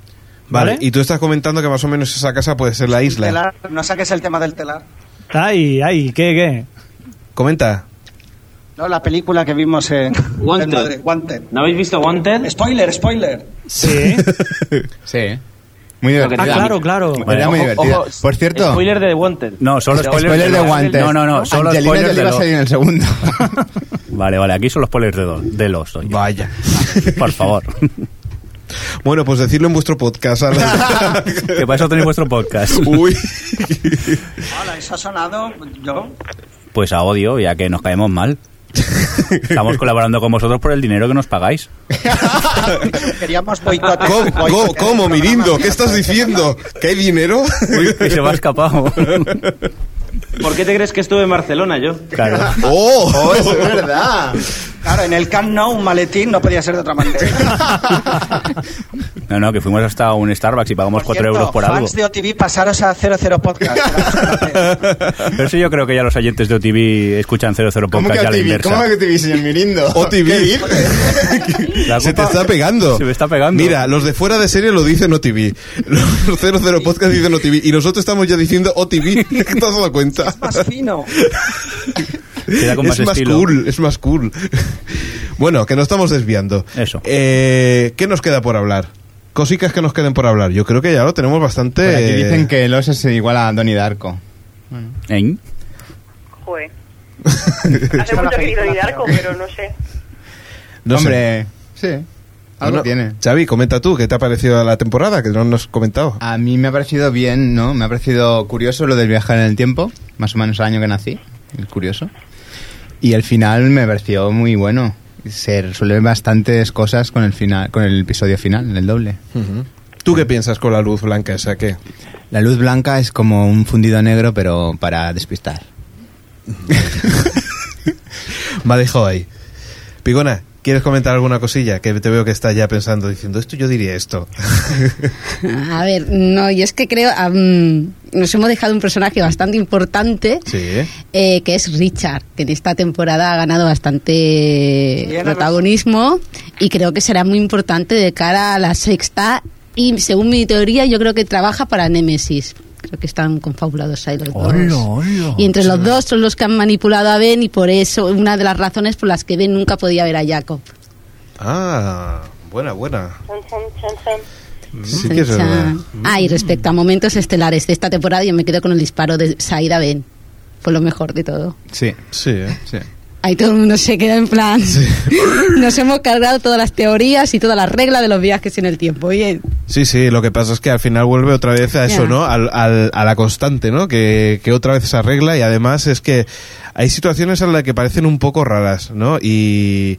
S2: Vale,
S6: ¿Vale?
S2: y tú estás comentando que más o menos esa casa puede ser la isla.
S9: Telar, no saques el tema del telar.
S6: Ay, ay, ¿qué, qué?
S2: Comenta.
S9: No, la película que vimos en, en
S8: Wanted.
S9: Madrid, Wanted.
S8: ¿No habéis visto Wanted?
S9: Spoiler, spoiler.
S6: Sí.
S3: Sí. Muy
S8: Lo que
S3: divertido.
S6: ah, claro, claro.
S3: Bueno, Era muy divertida. Por cierto-
S8: Spoiler de Wanted.
S4: No, solo
S8: Pero-
S4: spoiler
S3: Spoiler de Wanted.
S4: No, no, no, solo
S3: Angelina
S4: spoiler
S3: Jolie
S4: de
S3: va a
S4: los-
S3: salir en el segundo.
S4: Vale, vale, aquí son los spoilers de, los- de los. oye.
S2: Vaya.
S4: Por favor.
S2: Bueno, pues decirlo en vuestro podcast. Alan.
S4: que para eso tenéis vuestro podcast.
S2: Uy.
S9: Hola, eso ha sonado yo.
S4: Pues a odio, ya que nos caemos mal. Estamos colaborando con vosotros por el dinero que nos pagáis.
S9: Queríamos boicotear.
S2: ¿Cómo,
S9: boicotear
S2: cómo,
S9: el
S2: cómo,
S9: programa.
S2: Mirindo? ¿Qué estás diciendo? ¿Que hay dinero?
S4: Uy, que se me ha escapado.
S8: ¿Por qué te crees que estuve en Barcelona yo?
S4: Claro.
S2: ¡Oh!
S3: ¡Oh, eso es verdad!
S9: Claro, en el Camp Nou un maletín no podía ser de otra manera.
S4: No, no, que fuimos hasta un Starbucks y pagamos 4
S9: cierto,
S4: euros por algo.
S9: Fans de OTV, pasaros a 00 Podcast.
S4: Pero sí, yo creo que ya los oyentes de OTV escuchan 00
S3: ¿Cómo que
S4: Podcast ya a la
S3: OTV?
S4: inversa.
S3: ¿Cómo que OTV, señor Mirindo?
S2: OTV.
S4: La
S2: Se te
S4: culpa-
S2: está pegando.
S4: Se me está pegando.
S2: Mira, los de fuera de serie lo dicen OTV. Los 00 Podcast dicen OTV. Y nosotros estamos ya diciendo OTV. ¿Te has dado cuenta?
S9: Más fino.
S4: Queda con más
S2: es más
S4: estilo.
S2: cool, es más cool. bueno, que no estamos desviando.
S4: Eso.
S2: Eh, ¿Qué nos queda por hablar? Cositas que nos queden por hablar. Yo creo que ya lo tenemos bastante.
S4: Pues
S3: Por aquí dicen que el oso es igual a Donnie Darko.
S10: Joder. Hace mucho que he ido Darko, pero no sé.
S2: No sé.
S3: Hombre, sí. Algo
S2: Bueno,
S3: tiene.
S2: Xavi, comenta tú, ¿qué te ha parecido la temporada? Que no nos has comentado.
S3: A mí me ha parecido bien, ¿no? Me ha parecido curioso lo del viajar en el tiempo, más o menos el año que nací, el curioso. Y el final me pareció muy bueno. Se resuelven bastantes cosas con el final, con el episodio final, en el doble.
S2: ¿Tú qué piensas con la luz blanca esa que?
S3: La luz blanca es como un fundido a negro, pero para despistar.
S2: Me ha dejado ahí. Pigona, ¿quieres comentar alguna cosilla? Que te veo que está ya pensando, diciendo esto, yo diría esto.
S5: Ah, A ver, no, y es que creo, am, nos hemos dejado un personaje bastante importante,
S2: Sí.
S5: eh, que es Richard, que en esta temporada ha ganado bastante
S1: Tiene razón.
S5: protagonismo y creo que será muy importante de cara a la sexta. Y según mi teoría, yo creo que trabaja para Nemesis. Creo que están confabulados ahí los
S1: Hola,
S5: dos.
S1: hola.
S5: Y entre los dos son los que han manipulado a Ben y por eso una de las razones por las que Ben nunca podía ver a Jacob.
S2: Ah, buena, buena.
S10: Chan, chan, chan, chan.
S2: Sí que es verdad. Mm.
S5: Ah, y respecto a momentos estelares de esta temporada, yo me quedo con el disparo de Saida Ben. Fue lo mejor de todo.
S3: Sí.
S2: Sí,
S3: sí.
S5: Ahí todo el mundo se queda en plan. Nos hemos cargado todas las teorías y todas las reglas de los viajes en el tiempo. Oye,
S2: Sí, sí, lo que pasa es que al final vuelve otra vez a eso,
S5: Ya.
S2: ¿no? Al- al- a la constante, ¿no? Que, que otra vez se arregla y además es que hay situaciones en las que parecen un poco raras, ¿no? Y,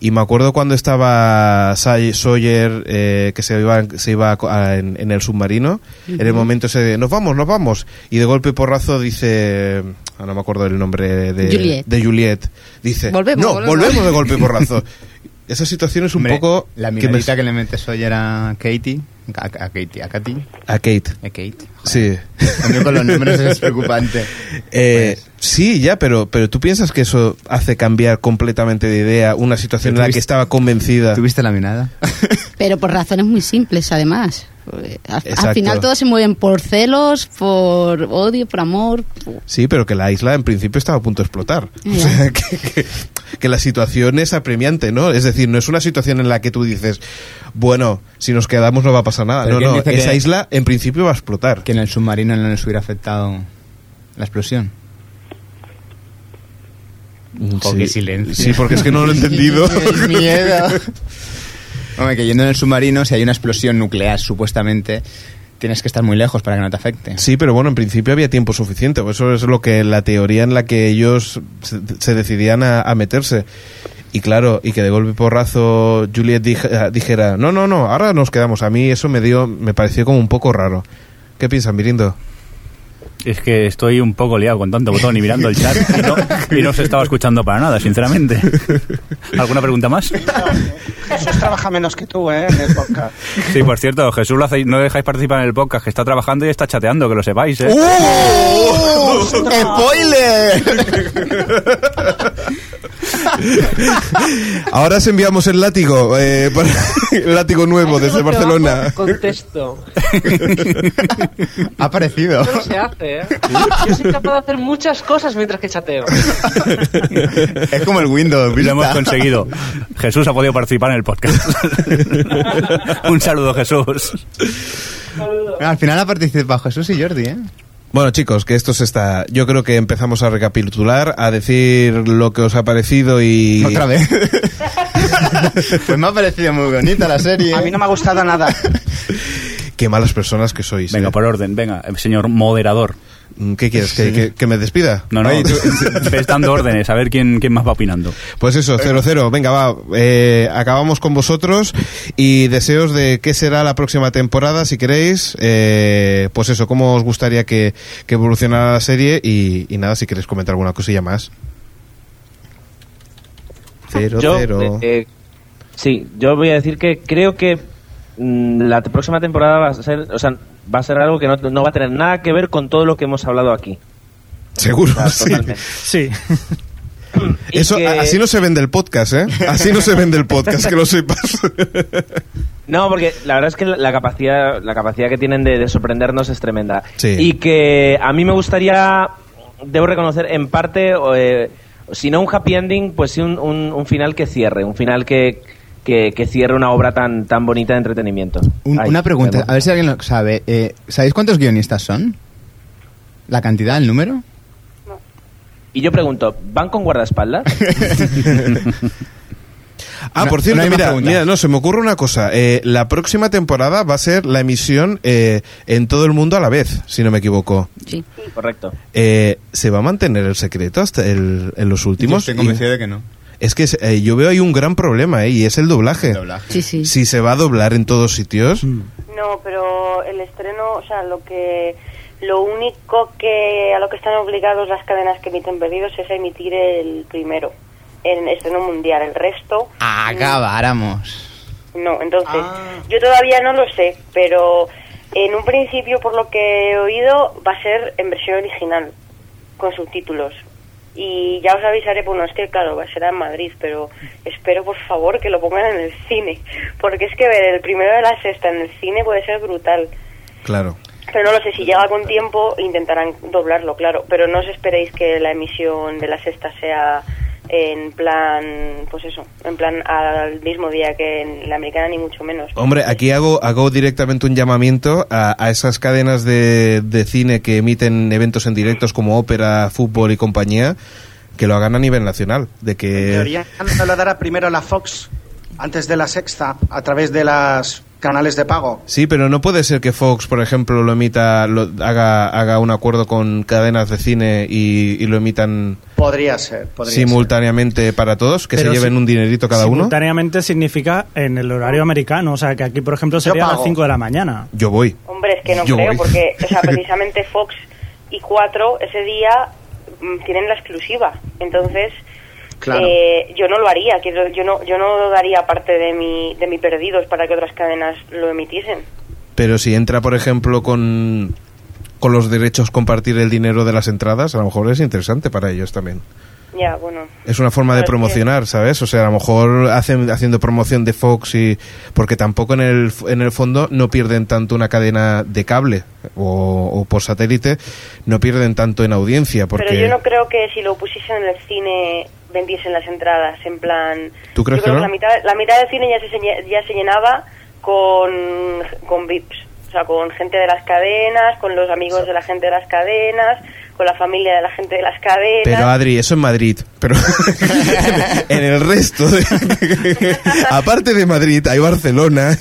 S2: y me acuerdo cuando estaba Say- Sawyer, eh, que se iba, se iba a- en, en el submarino, en el momento ese de, nos vamos, nos vamos, y de golpe y porrazo dice, ah, no me acuerdo el nombre de
S5: Juliet.
S2: de Juliet. dice,
S5: Volvemos,
S2: no,
S5: volvemos".
S2: volvemos de golpe y porrazo. Esa situación es un
S3: Hombre,
S2: poco...
S3: La
S2: que me-
S3: miradita que, le metes hoy era a Katie. A, a Katie, a Katy.
S2: A Kate.
S3: A Kate.
S2: Sí.
S3: También con los nombres es preocupante.
S2: Eh, sí, ya, pero, pero tú piensas que eso hace cambiar completamente de idea una situación en la que
S3: Tuviste-
S2: estaba convencida.
S3: ¿Tuviste la mirada?
S5: pero por razones muy simples, además. Eh, Al, al
S2: Exacto.
S5: final todos se mueven por celos, por odio, por amor.
S2: Sí, pero que la isla en principio estaba a punto de explotar. O
S5: Ya.
S2: sea, que, que- que la situación es apremiante, ¿no? Es decir, no es una situación en la que tú dices, bueno, si nos quedamos no va a pasar nada.
S3: Pero
S2: Ah, No,
S3: ¿quién
S2: no,
S3: dice
S2: esa
S3: que-
S2: isla en principio va a explotar.
S3: Que en el submarino no les hubiera afectado la explosión.
S2: Sí.
S3: qué silencio.
S2: Sí, porque es que no lo he entendido.
S3: ¡Qué miedo! Hombre, que yendo en el submarino, si hay una explosión nuclear, supuestamente, tienes que estar muy lejos para que no te afecte.
S2: Sí, pero bueno, en principio había tiempo suficiente. Eso es lo que la teoría en la que ellos se, se decidían a, a meterse. Y claro, y que de golpe y porrazo Juliet dij- dijera, no, no, no, ahora nos quedamos. A mí eso me dio, me pareció como un poco raro. ¿Qué piensan, Mirindo?
S4: Es que estoy un poco liado con tanto botón y mirando el chat y no, y no se estaba escuchando para nada, sinceramente. ¿Alguna pregunta más?
S9: Jesús trabaja menos que tú, ¿eh? En el podcast.
S4: Sí, por cierto, Jesús, lo hacéis- no le dejáis participar en el podcast, que está trabajando y está chateando, que lo sepáis, ¿eh?
S2: ¡Uh!
S3: Oh. ¡Spoiler!
S2: Ahora os enviamos el látigo, eh, para- el látigo nuevo desde Barcelona.
S8: Contexto.
S3: ha aparecido.
S9: Pues
S8: Eso no se hace, ¿eh? Yo soy capaz de hacer muchas cosas mientras que chateo.
S3: es como el Windows.
S4: Lo
S3: ¿vista?
S4: hemos conseguido. Jesús ha podido participar en el podcast. Un saludo, Jesús.
S3: Al final ha participado Jesús y Jordi, ¿eh?
S2: Bueno, chicos, que esto se está. Yo creo que empezamos a recapitular, a decir lo que os ha parecido y.
S3: Otra vez. pues me ha parecido muy bonita la serie.
S9: A mí no me ha gustado nada.
S2: Qué malas personas que sois.
S4: Venga,
S2: eh.
S4: por orden, venga, eh, señor moderador.
S2: Mm, ¿Qué quieres? ¿Que, que- que me despida?
S4: No, no,
S2: Ahí, tú-
S4: ves dando órdenes, a ver quién, quién más va opinando. Eh.
S2: Pues eso, 0-0. Venga, va. eh, acabamos con vosotros y deseos de qué será la próxima temporada, si queréis. eh, pues eso, cómo os gustaría que, que evolucionara la serie y, y nada, si queréis comentar alguna cosilla más. 0-0.
S8: Yo, eh, eh, sí, yo voy a decir que creo que mm, la te- próxima temporada va a ser, o sea, va a ser algo que no, no va a tener nada que ver con todo lo que hemos hablado aquí.
S2: Seguro,
S8: O sea,
S2: Ah, sí.
S8: totalmente.
S6: Sí.
S8: Y
S2: Eso,
S8: que-
S2: a- Así no se vende el podcast, ¿eh? Así no se vende el podcast, que lo sepas.
S8: No, porque la verdad es que la, la capacidad, la capacidad que tienen de, de sorprendernos es tremenda.
S2: Sí.
S8: Y que a mí me gustaría, debo reconocer, en parte, o, eh, si no un happy ending, pues sí un, un- un final que cierre, un final que, que, que cierre una obra tan, tan bonita de entretenimiento.
S3: Un-
S8: Ay,
S3: una pregunta,
S8: perdón.
S3: a ver si alguien lo sabe. Eh, ¿Sabéis cuántos guionistas son? ¿La cantidad, el número?
S8: Y yo pregunto, ¿van con guardaespaldas?
S2: Ah,
S8: Una-
S2: por cierto,
S8: una misma
S2: mira,
S8: pregunta.
S2: mira, no, se me ocurre una cosa. Eh, la próxima temporada va a ser la emisión eh, en todo el mundo a la vez, si no me equivoco.
S5: Sí.
S8: Correcto.
S2: Eh, ¿Se va a mantener el secreto hasta el- en los últimos?
S3: Yo estoy convencido
S2: Y-
S3: de que no.
S2: Es que eh, yo veo ahí un gran problema, eh, y es el doblaje.
S5: Sí, sí.
S2: Si se va a doblar en todos sitios.
S10: No, pero el estreno, o sea, lo que lo único que a lo que están obligados las cadenas que emiten pedidos es a emitir el primero, el estreno mundial. El resto
S3: Acabáramos.
S10: no, entonces yo todavía no lo sé, pero en un principio por lo que he oído va a ser en versión original con subtítulos. Y ya os avisaré, bueno, es que claro, va a ser en Madrid, pero espero por favor que lo pongan en el cine, porque es que ver el primero de la sexta en el cine puede ser brutal.
S2: Claro.
S10: Pero no lo sé, si llega con tiempo intentarán doblarlo, claro. Pero no os esperéis que la emisión de la sexta sea en plan, pues eso, en plan al mismo día que en la americana, ni mucho menos.
S2: Hombre, aquí hago, hago directamente un llamamiento a, a esas cadenas de, de cine que emiten eventos en directos como ópera, fútbol y compañía, que lo hagan a nivel nacional. De
S9: En
S2: que
S9: teoría no lo dará primero la Fox antes de la sexta a través de los canales de pago.
S2: Sí, pero no puede ser que Fox, por ejemplo, lo emita, lo, haga, haga un acuerdo con cadenas de cine y, y lo emitan
S9: Podría ser, podría
S2: simultáneamente para todos, que
S6: Pero
S2: se lleven
S6: si-
S2: un dinerito cada uno.
S6: Simultáneamente significa en el horario americano, o sea, que aquí, por ejemplo, sería a las
S10: pago.
S6: 5 de la mañana.
S2: Yo voy.
S10: Hombre, es que no
S6: Yo
S10: creo,
S6: voy.
S10: porque o sea, precisamente Fox y 4 ese día mm, tienen la exclusiva. Entonces,
S14: Claro.
S10: eh, yo no lo haría, quiero- yo no, yo no daría parte de mi, de mi perdidos para que otras cadenas lo emitiesen.
S2: Pero si entra, por ejemplo, con, con los derechos compartir el dinero de las entradas, a lo mejor es interesante para ellos también.
S10: Ya, bueno.
S2: Es una forma
S10: Pues
S2: de promocionar, ¿sabes? O sea, a lo mejor hacen haciendo promoción de Fox y porque tampoco en el f- en el fondo no pierden tanto una cadena de cable o, o por satélite, no pierden tanto en audiencia porque
S10: Pero yo no creo que si lo pusiesen en el cine vendiesen las entradas, en plan...
S2: ¿Tú crees
S10: yo creo
S2: que no?
S10: la mitad, la mitad del cine ya se, señe- ya se llenaba con, con VIPs, o sea, con gente de las cadenas, con los amigos de la gente de las cadenas, con la familia de la gente de las cadenas...
S2: Pero Adri, eso en Madrid, pero en el resto de- aparte de Madrid hay Barcelona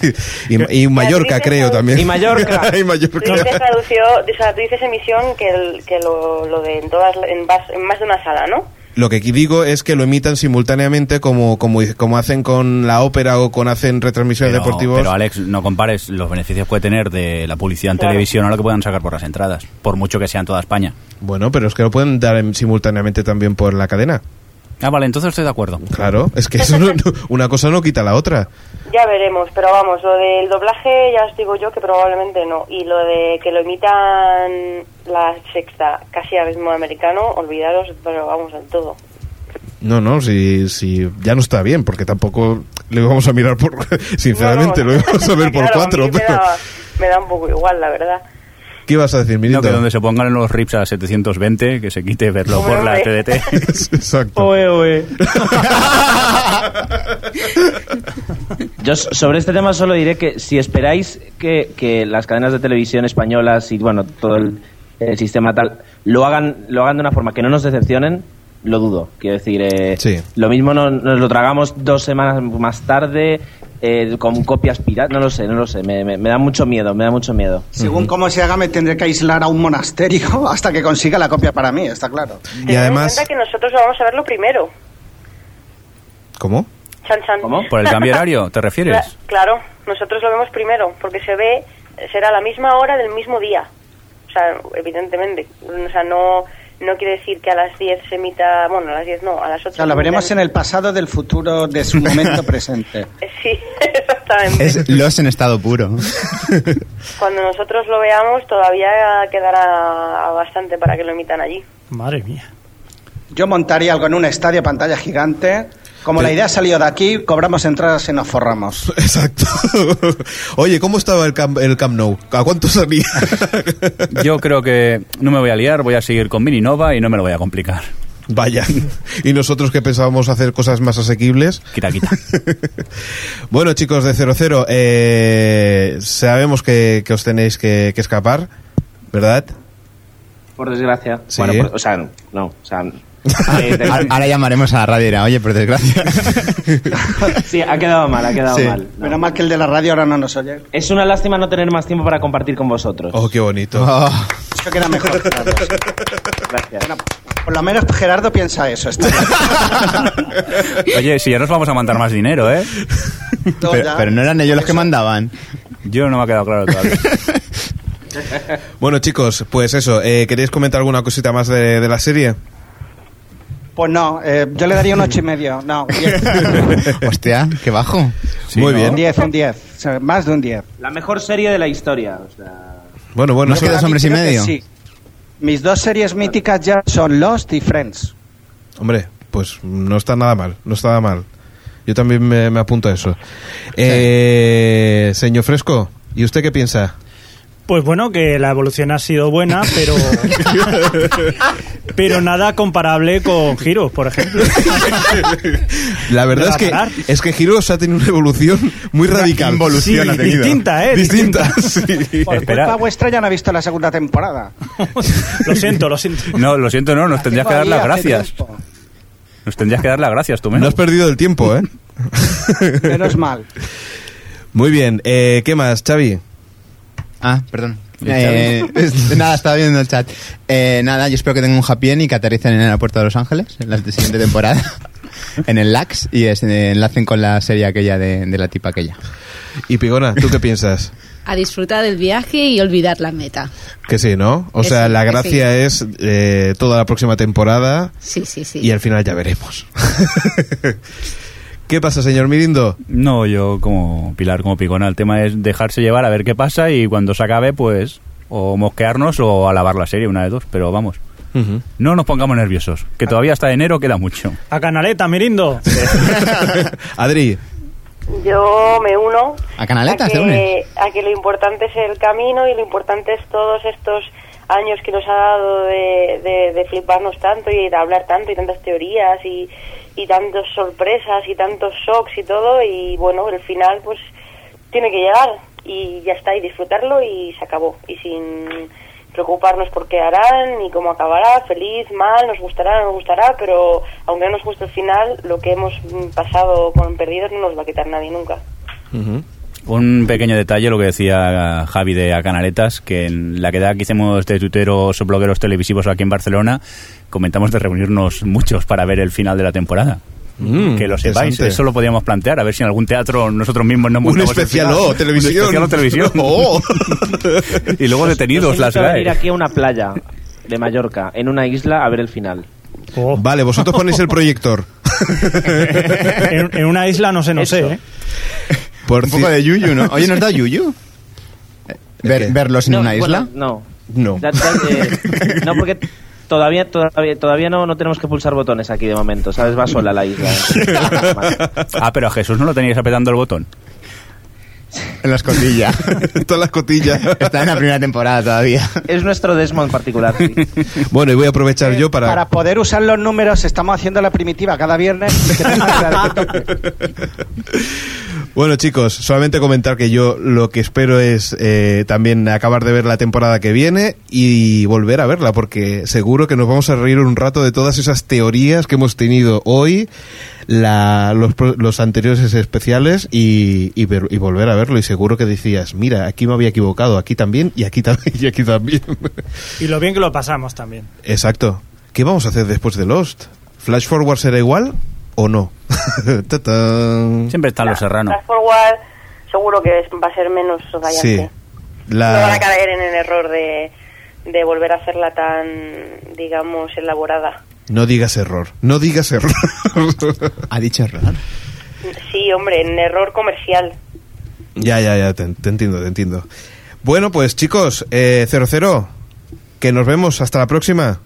S2: y, y- y Mallorca
S10: dices
S2: creo
S10: tú-
S2: también.
S10: Y Mallorca.
S2: y
S10: Tú
S2: Mallorca.
S10: dices, traducción, o sea, tú dices emisión que, el- que lo, lo de en, todas, en, vas- en más de una sala, ¿no?
S2: Lo que aquí digo es que lo emitan simultáneamente como, como, como hacen con la ópera o con hacen retransmisiones
S4: Pero,
S2: deportivas.
S4: pero, Alex, no compares los beneficios que puede tener de la publicidad en
S2: Claro.
S4: televisión a lo que puedan sacar por las entradas, por mucho que sea en toda España.
S2: Bueno, pero es que lo pueden dar en- simultáneamente también por la cadena.
S4: Ah, vale, entonces estoy de acuerdo.
S2: Claro, es que eso no- no- una cosa no quita la otra.
S10: Ya veremos, pero vamos, lo del doblaje ya os digo yo que probablemente no. Y lo de que lo imitan la sexta casi al ritmo americano, olvidaros, pero vamos del todo.
S2: No, no, si, si ya no está bien, porque tampoco le vamos a mirar por... Sinceramente,
S10: No, no,
S2: lo vamos a ver por
S10: Claro,
S2: cuatro.
S10: a mí me,
S2: pero-
S10: da, me da un poco igual, la verdad.
S2: ¿Qué ibas a decir,
S4: No,
S2: Milito?
S4: que donde se pongan los rips a 720, que se quite verlo por la
S10: Hombre.
S4: TDT.
S2: Exacto.
S6: Oe, oe.
S8: Yo s- sobre este tema solo diré que si esperáis que, que las cadenas de televisión españolas y bueno todo el, el sistema tal lo hagan lo hagan de una forma que no nos decepcionen lo dudo quiero decir eh, lo mismo no- nos lo tragamos dos semanas más tarde eh, con copias piratas no lo sé no lo sé me, me- me da mucho miedo me da mucho miedo
S9: Según cómo se haga, me tendré que aislar a un monasterio hasta que consiga la copia para mí, está claro.
S2: Y además...
S10: Cuenta que nosotros lo vamos a ver lo primero.
S2: ¿Cómo?
S10: Chan, chan.
S4: ¿Por el cambio horario te
S10: Cla-
S4: refieres?
S10: claro, nosotros lo vemos primero, porque se ve, será a la misma hora del mismo día. O sea, evidentemente. O sea, no, no quiere decir que a las 10 se emita, bueno, a las 10 no, a las 8.
S9: O sea, lo veremos en el pasado del futuro de su momento presente.
S10: Sí, exactamente.
S3: Es los en estado puro.
S10: Cuando nosotros lo veamos todavía quedará bastante para que lo emitan allí.
S6: Madre mía.
S9: Yo montaría algo en un estadio, pantalla gigante. Como la idea salió de aquí, cobramos entradas y nos forramos.
S2: Exacto. Oye, ¿cómo estaba el Camp, el Camp Nou? ¿A cuánto salía?
S4: Yo creo que no me voy a liar, voy a seguir con Mininova y no me lo voy a complicar.
S2: Vaya. Y nosotros que pensábamos hacer cosas más asequibles.
S4: Quita, quita.
S2: bueno, chicos de 00, eh, sabemos que, que os tenéis que, que escapar, ¿verdad?
S8: Por desgracia.
S2: Sí.
S8: Bueno, por- o sea, no, o sea... eh, de-
S3: Ahora ahora llamaremos a la radio y dirá, oye, por desgracia.
S8: sí, ha quedado mal, ha quedado
S3: Sí.
S8: mal. No.
S9: Menos mal que el de la radio ahora no nos oye.
S8: Es una lástima no tener más tiempo para compartir con vosotros.
S2: Oh, qué bonito.
S4: Ah.
S9: Eso queda mejor.
S8: Gracias.
S9: Por lo menos Gerardo piensa eso. Está bien.
S4: Oye, si ya nos vamos a mandar más dinero, ¿eh?
S9: Todo
S3: Pero,
S9: ya.
S3: pero no eran ellos los que mandaban.
S4: Yo no me ha quedado claro todavía.
S2: Bueno, chicos, pues eso. eh, ¿Queréis comentar alguna cosita más de, de la serie?
S9: Pues no, eh, yo le daría un ocho y medio. No, diez.
S3: Hostia, qué bajo.
S2: Muy
S4: ¿no?
S2: bien.
S9: un 10, un 10. O sea, más de un 10.
S8: La mejor serie de la historia. o sea,
S2: Bueno, bueno,
S3: ¿No has
S2: eso-
S3: quedado dos hombres y
S9: Creo que
S3: medio?
S9: Sí. Mis dos series míticas ya son Lost y Friends.
S2: hombre, pues no está nada mal, no está nada mal. Yo también me, me apunto a eso. Eh, señor Fresco, ¿y usted qué piensa?
S6: Pues bueno, que la evolución ha sido buena, pero. pero nada comparable con Giros, por ejemplo.
S2: La verdad es
S6: ¿Me
S2: que,
S6: va a parar?
S2: es que Giros ha tenido una evolución muy radical.
S3: involución ha tenido.
S6: distinta, ¿eh?
S2: Distinta, pues sí.
S9: Por
S4: Espera.
S9: culpa vuestra ya no he visto la segunda temporada.
S6: lo siento, lo siento.
S4: No, lo siento, no, nos tendrías que dar las gracias. Nos tendrías que dar las gracias tú
S2: No
S4: menos.
S2: has perdido el tiempo, ¿eh?
S9: Menos mal.
S2: Muy bien, eh, ¿qué más, Xavi?
S3: Ah, perdón.
S4: ¿Y el
S3: Eh, es- nada, estaba viendo el chat. Eh, nada, yo espero que tengan un happy end y que aterricen en el aeropuerto de Los Ángeles en la siguiente temporada. en el LAX y es- eh, enlacen con la serie aquella de, de la tipa aquella.
S2: Y Pigona, ¿tú qué piensas?
S5: A disfrutar del viaje y olvidar la meta.
S2: Que sí, ¿no? O
S5: Que
S2: sea,
S5: sí,
S2: la
S5: que
S2: gracia es eh, toda la próxima temporada
S5: Sí, sí, sí.
S2: y al final ya veremos. ¿Qué pasa, señor Mirindo?
S4: No, yo como Pilar, como Picona, el tema es dejarse llevar a ver qué pasa y cuando se acabe, pues o mosquearnos o alabar la serie, una de dos, pero vamos. No nos pongamos nerviosos, que todavía hasta enero queda mucho.
S6: A Canaleta, Mirindo.
S2: Adri,
S10: Yo me uno
S3: A Canaletas,
S10: a
S3: te unes.
S10: que, a que lo importante es el camino y lo importante es todos estos años que nos ha dado de, de- de fliparnos tanto y de hablar tanto y tantas teorías y, y tantas sorpresas y tantos shocks y todo y bueno, el final pues tiene que llegar y ya está y disfrutarlo y se acabó y sin preocuparnos por qué harán ni cómo acabará, feliz, mal, nos gustará, no nos gustará, pero aunque no nos guste el final, lo que hemos mm, pasado con perdidos no nos va a quitar nadie nunca.
S4: Un pequeño detalle, lo que decía Javi de A Canaletas, que en la quedada que hicimos de tuiteros o blogueros televisivos aquí en Barcelona, comentamos de reunirnos muchos para ver el final de la temporada.
S2: Mm,
S4: que lo sepáis,
S2: interesante.
S4: eso lo podíamos plantear, a ver si en algún teatro nosotros mismos nos
S2: un
S4: montamos el
S2: especial
S3: oh,
S4: final.
S2: O,
S4: Un
S2: televisión.
S4: especial o televisión.
S2: Oh.
S4: y luego
S8: Nos
S4: detenidos las
S8: invito a venir
S4: GAE.
S8: aquí a una playa de Mallorca, en una isla, a ver el final.
S6: Oh.
S2: Vale, vosotros ponéis el proyector.
S6: en, en una isla no sé, no sé. ¿eh?
S2: Por
S3: Un poco
S2: ci-
S3: de yuyu, ¿no? Oye, ¿nos da yuyu? Eh, ver-
S2: qué?
S3: ¿Verlos en
S8: No,
S3: una
S8: bueno,
S3: isla?
S8: No.
S2: No.
S8: Ya- ya, eh, no, porque todavía, todavía, todavía no, no tenemos que pulsar botones aquí de momento, ¿sabes? Va sola la isla.
S4: Ah, pero a Jesús no lo teníais apretando el botón.
S3: En la escotilla.
S2: Todas las cotillas.
S3: Está en la primera temporada todavía.
S8: es nuestro Desmond particular. sí. Eh,
S2: Bueno, y voy a aprovechar yo para...
S9: Para poder usar los números estamos haciendo la primitiva cada viernes. y que tengan claro.
S2: Bueno chicos, solamente comentar que yo lo que espero es eh, también acabar de ver la temporada que viene y volver a verla, porque seguro que nos vamos a reír un rato de todas esas teorías que hemos tenido hoy, la- los, pro- los anteriores especiales y, y ver- y volver a verlo. Y seguro que decías, mira, aquí me había equivocado, aquí también y aquí también y aquí también.
S6: Y lo bien que lo pasamos también.
S2: Exacto. ¿Qué vamos a hacer después de Lost? ¿Flash Forward será igual o no? Ta-tan.
S4: Siempre están los serranos.
S10: Flash Forward seguro que es- va a ser menos
S2: Sí. ah.
S10: rayante.
S2: La-
S10: No van a caer en el error de, de volver a hacerla tan, digamos, elaborada.
S2: No digas error, no digas error.
S3: Ha dicho error.
S10: Sí, hombre, en error comercial.
S2: ya, ya, ya, te, te entiendo, te entiendo. Bueno, pues chicos, eh, 00, que nos vemos hasta la próxima.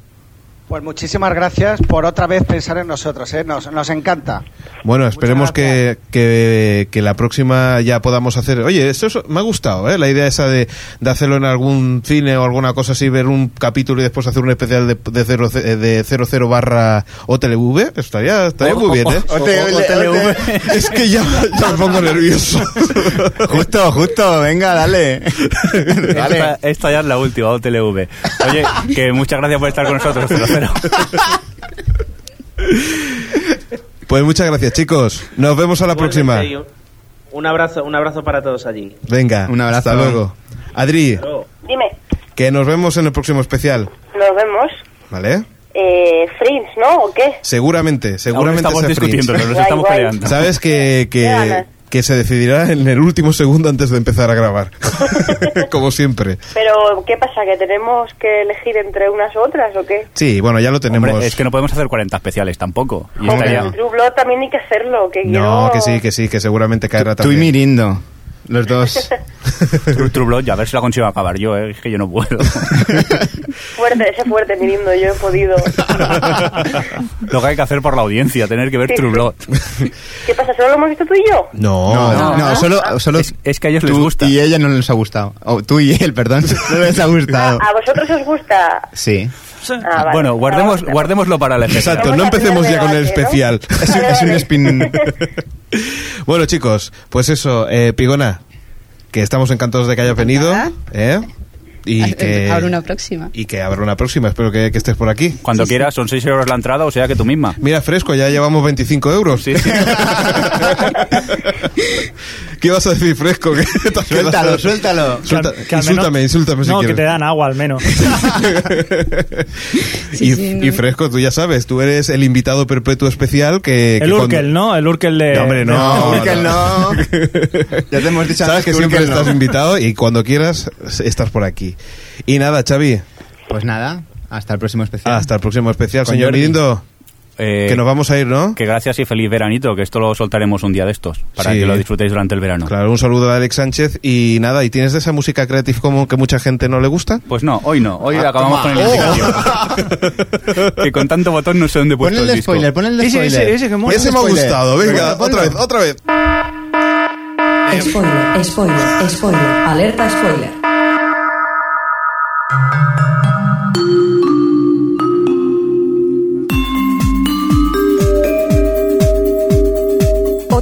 S9: Pues muchísimas gracias por otra vez pensar en nosotros, ¿eh? nos, nos encanta.
S2: Bueno, esperemos que, que, que la próxima ya podamos hacer. Oye, esto es- me ha gustado, ¿eh? La idea esa de, de hacerlo en algún cine o alguna cosa así, ver un capítulo y después hacer un especial de, de, cero, eh, de 00 barra OTLV. Estaría, estaría muy bien, ¿eh? Es que ya, ya me pongo nervioso.
S3: justo, justo, venga, dale.
S4: Esta, esta ya es la última, OTLV. Oye, que muchas gracias por estar con nosotros, 00.
S2: Pues muchas gracias, chicos. Nos vemos a la próxima.
S8: Igualmente, yo- Un abrazo, un abrazo para todos allí.
S2: Venga, un abrazo. Hasta luego. Adri,
S10: Dime,
S2: que nos vemos en el próximo especial,
S10: nos vemos.
S2: ¿vale?
S10: Eh, Friends, ¿no? ¿O qué?
S2: Seguramente, seguramente
S4: estamos
S2: sea
S4: discutiendo,
S2: Fringe.
S4: nos estamos Guay, guay. peleando.
S2: Sabes que, que-
S10: Qué ganas.
S2: que se decidirá en el último segundo antes de empezar a grabar. Como siempre.
S10: Pero, ¿qué pasa? ¿Que tenemos que elegir entre unas u otras o qué?
S2: Sí, bueno, ya lo tenemos.
S4: Hombre, es que no podemos hacer 40 especiales tampoco. Y
S10: Hombre,
S4: estaría-
S10: el True Blood también hay que hacerlo, que
S2: No,
S10: quiero...
S2: que sí, que sí, que seguramente caerá
S3: Tú y
S2: también.
S3: Mirindo, los dos.
S4: True, True Blood, ya a ver si la consigo acabar yo, eh, es que yo no puedo.
S10: Fuerte, ese fuerte, mirindo, yo he podido.
S4: Lo que hay que hacer por la audiencia, tener que ver True Blood.
S10: ¿Qué pasa? ¿Solo lo hemos visto tú y yo?
S2: No,
S3: No, no,
S4: no.
S3: solo,
S8: Ah,
S3: solo
S4: Es, es que a ellos les
S3: tú
S4: gusta.
S3: y ella no les ha gustado. O tú y él, perdón, no les ha gustado.
S10: ¿A vosotros os gusta?
S3: Sí.
S10: Ah, vale.
S4: Bueno, guardemos,
S10: Ah,
S4: guardémoslo para la especial.
S2: Exacto,
S10: Vamos
S2: no
S10: a tener
S2: empecemos ya con el
S10: debate, ¿no?
S2: especial.
S3: Es un, es un spin.
S2: Bueno, chicos, pues eso, eh, Pigona, que estamos encantados de que hayas venido.
S5: Encantada.
S2: ¿eh? Y que,
S5: Ahora una próxima.
S2: y que habrá una próxima, espero que, que estés por aquí.
S4: Cuando quieras, son 6 euros la entrada, o sea que tú misma.
S2: Mira, fresco, ya llevamos 25 euros.
S4: Sí, sí.
S2: ¿Qué vas a decir, fresco? ¿Qué te has quedado?
S3: suéltalo, suéltalo.
S6: Que al-
S2: Insulta-
S6: que al menos-
S2: insúltame, insúltame si
S6: No, que
S2: quieres.
S6: te dan agua al menos.
S5: Sí,
S2: y,
S5: sí, no.
S2: y fresco, tú ya sabes, tú eres el invitado perpetuo especial que... que
S6: El
S2: cuando-
S6: Urkel, ¿no? El Urkel de...
S2: No, hombre, no.
S6: de-
S3: Urkel, no. Ya te hemos dicho
S2: Sabes
S3: antes
S2: que
S3: que
S2: siempre
S3: Urkel no.
S2: estás invitado y cuando quieras estás por aquí. Y nada, Xavi,
S3: Pues nada, hasta el próximo especial.
S2: hasta el próximo especial,
S3: Con
S2: señor
S3: Jordi.
S2: Lindo.
S4: Eh,
S2: Que nos vamos a ir, ¿no?
S4: que gracias y feliz veranito, que esto lo soltaremos un día de estos, para
S2: Sí.
S4: que lo disfrutéis durante el verano.
S2: Claro, un saludo a Alex Sánchez y nada, ¿y tienes de esa música Creative Commons que mucha gente no le gusta? Ah, Oh.
S4: Pues no, hoy no, hoy acabamos con el indicativo. que con tanto botón no sé dónde he
S3: Pon
S4: puesto
S3: el
S4: el
S3: de
S4: disco.
S3: spoiler, pon el de
S6: Ese,
S3: spoiler.
S6: ese, ese que mola.
S2: Ese me ha
S3: Spoiler.
S2: gustado, venga,
S3: Venga, ponlo.
S2: otra vez, otra vez.
S1: Spoiler, spoiler, spoiler. Alerta spoiler. O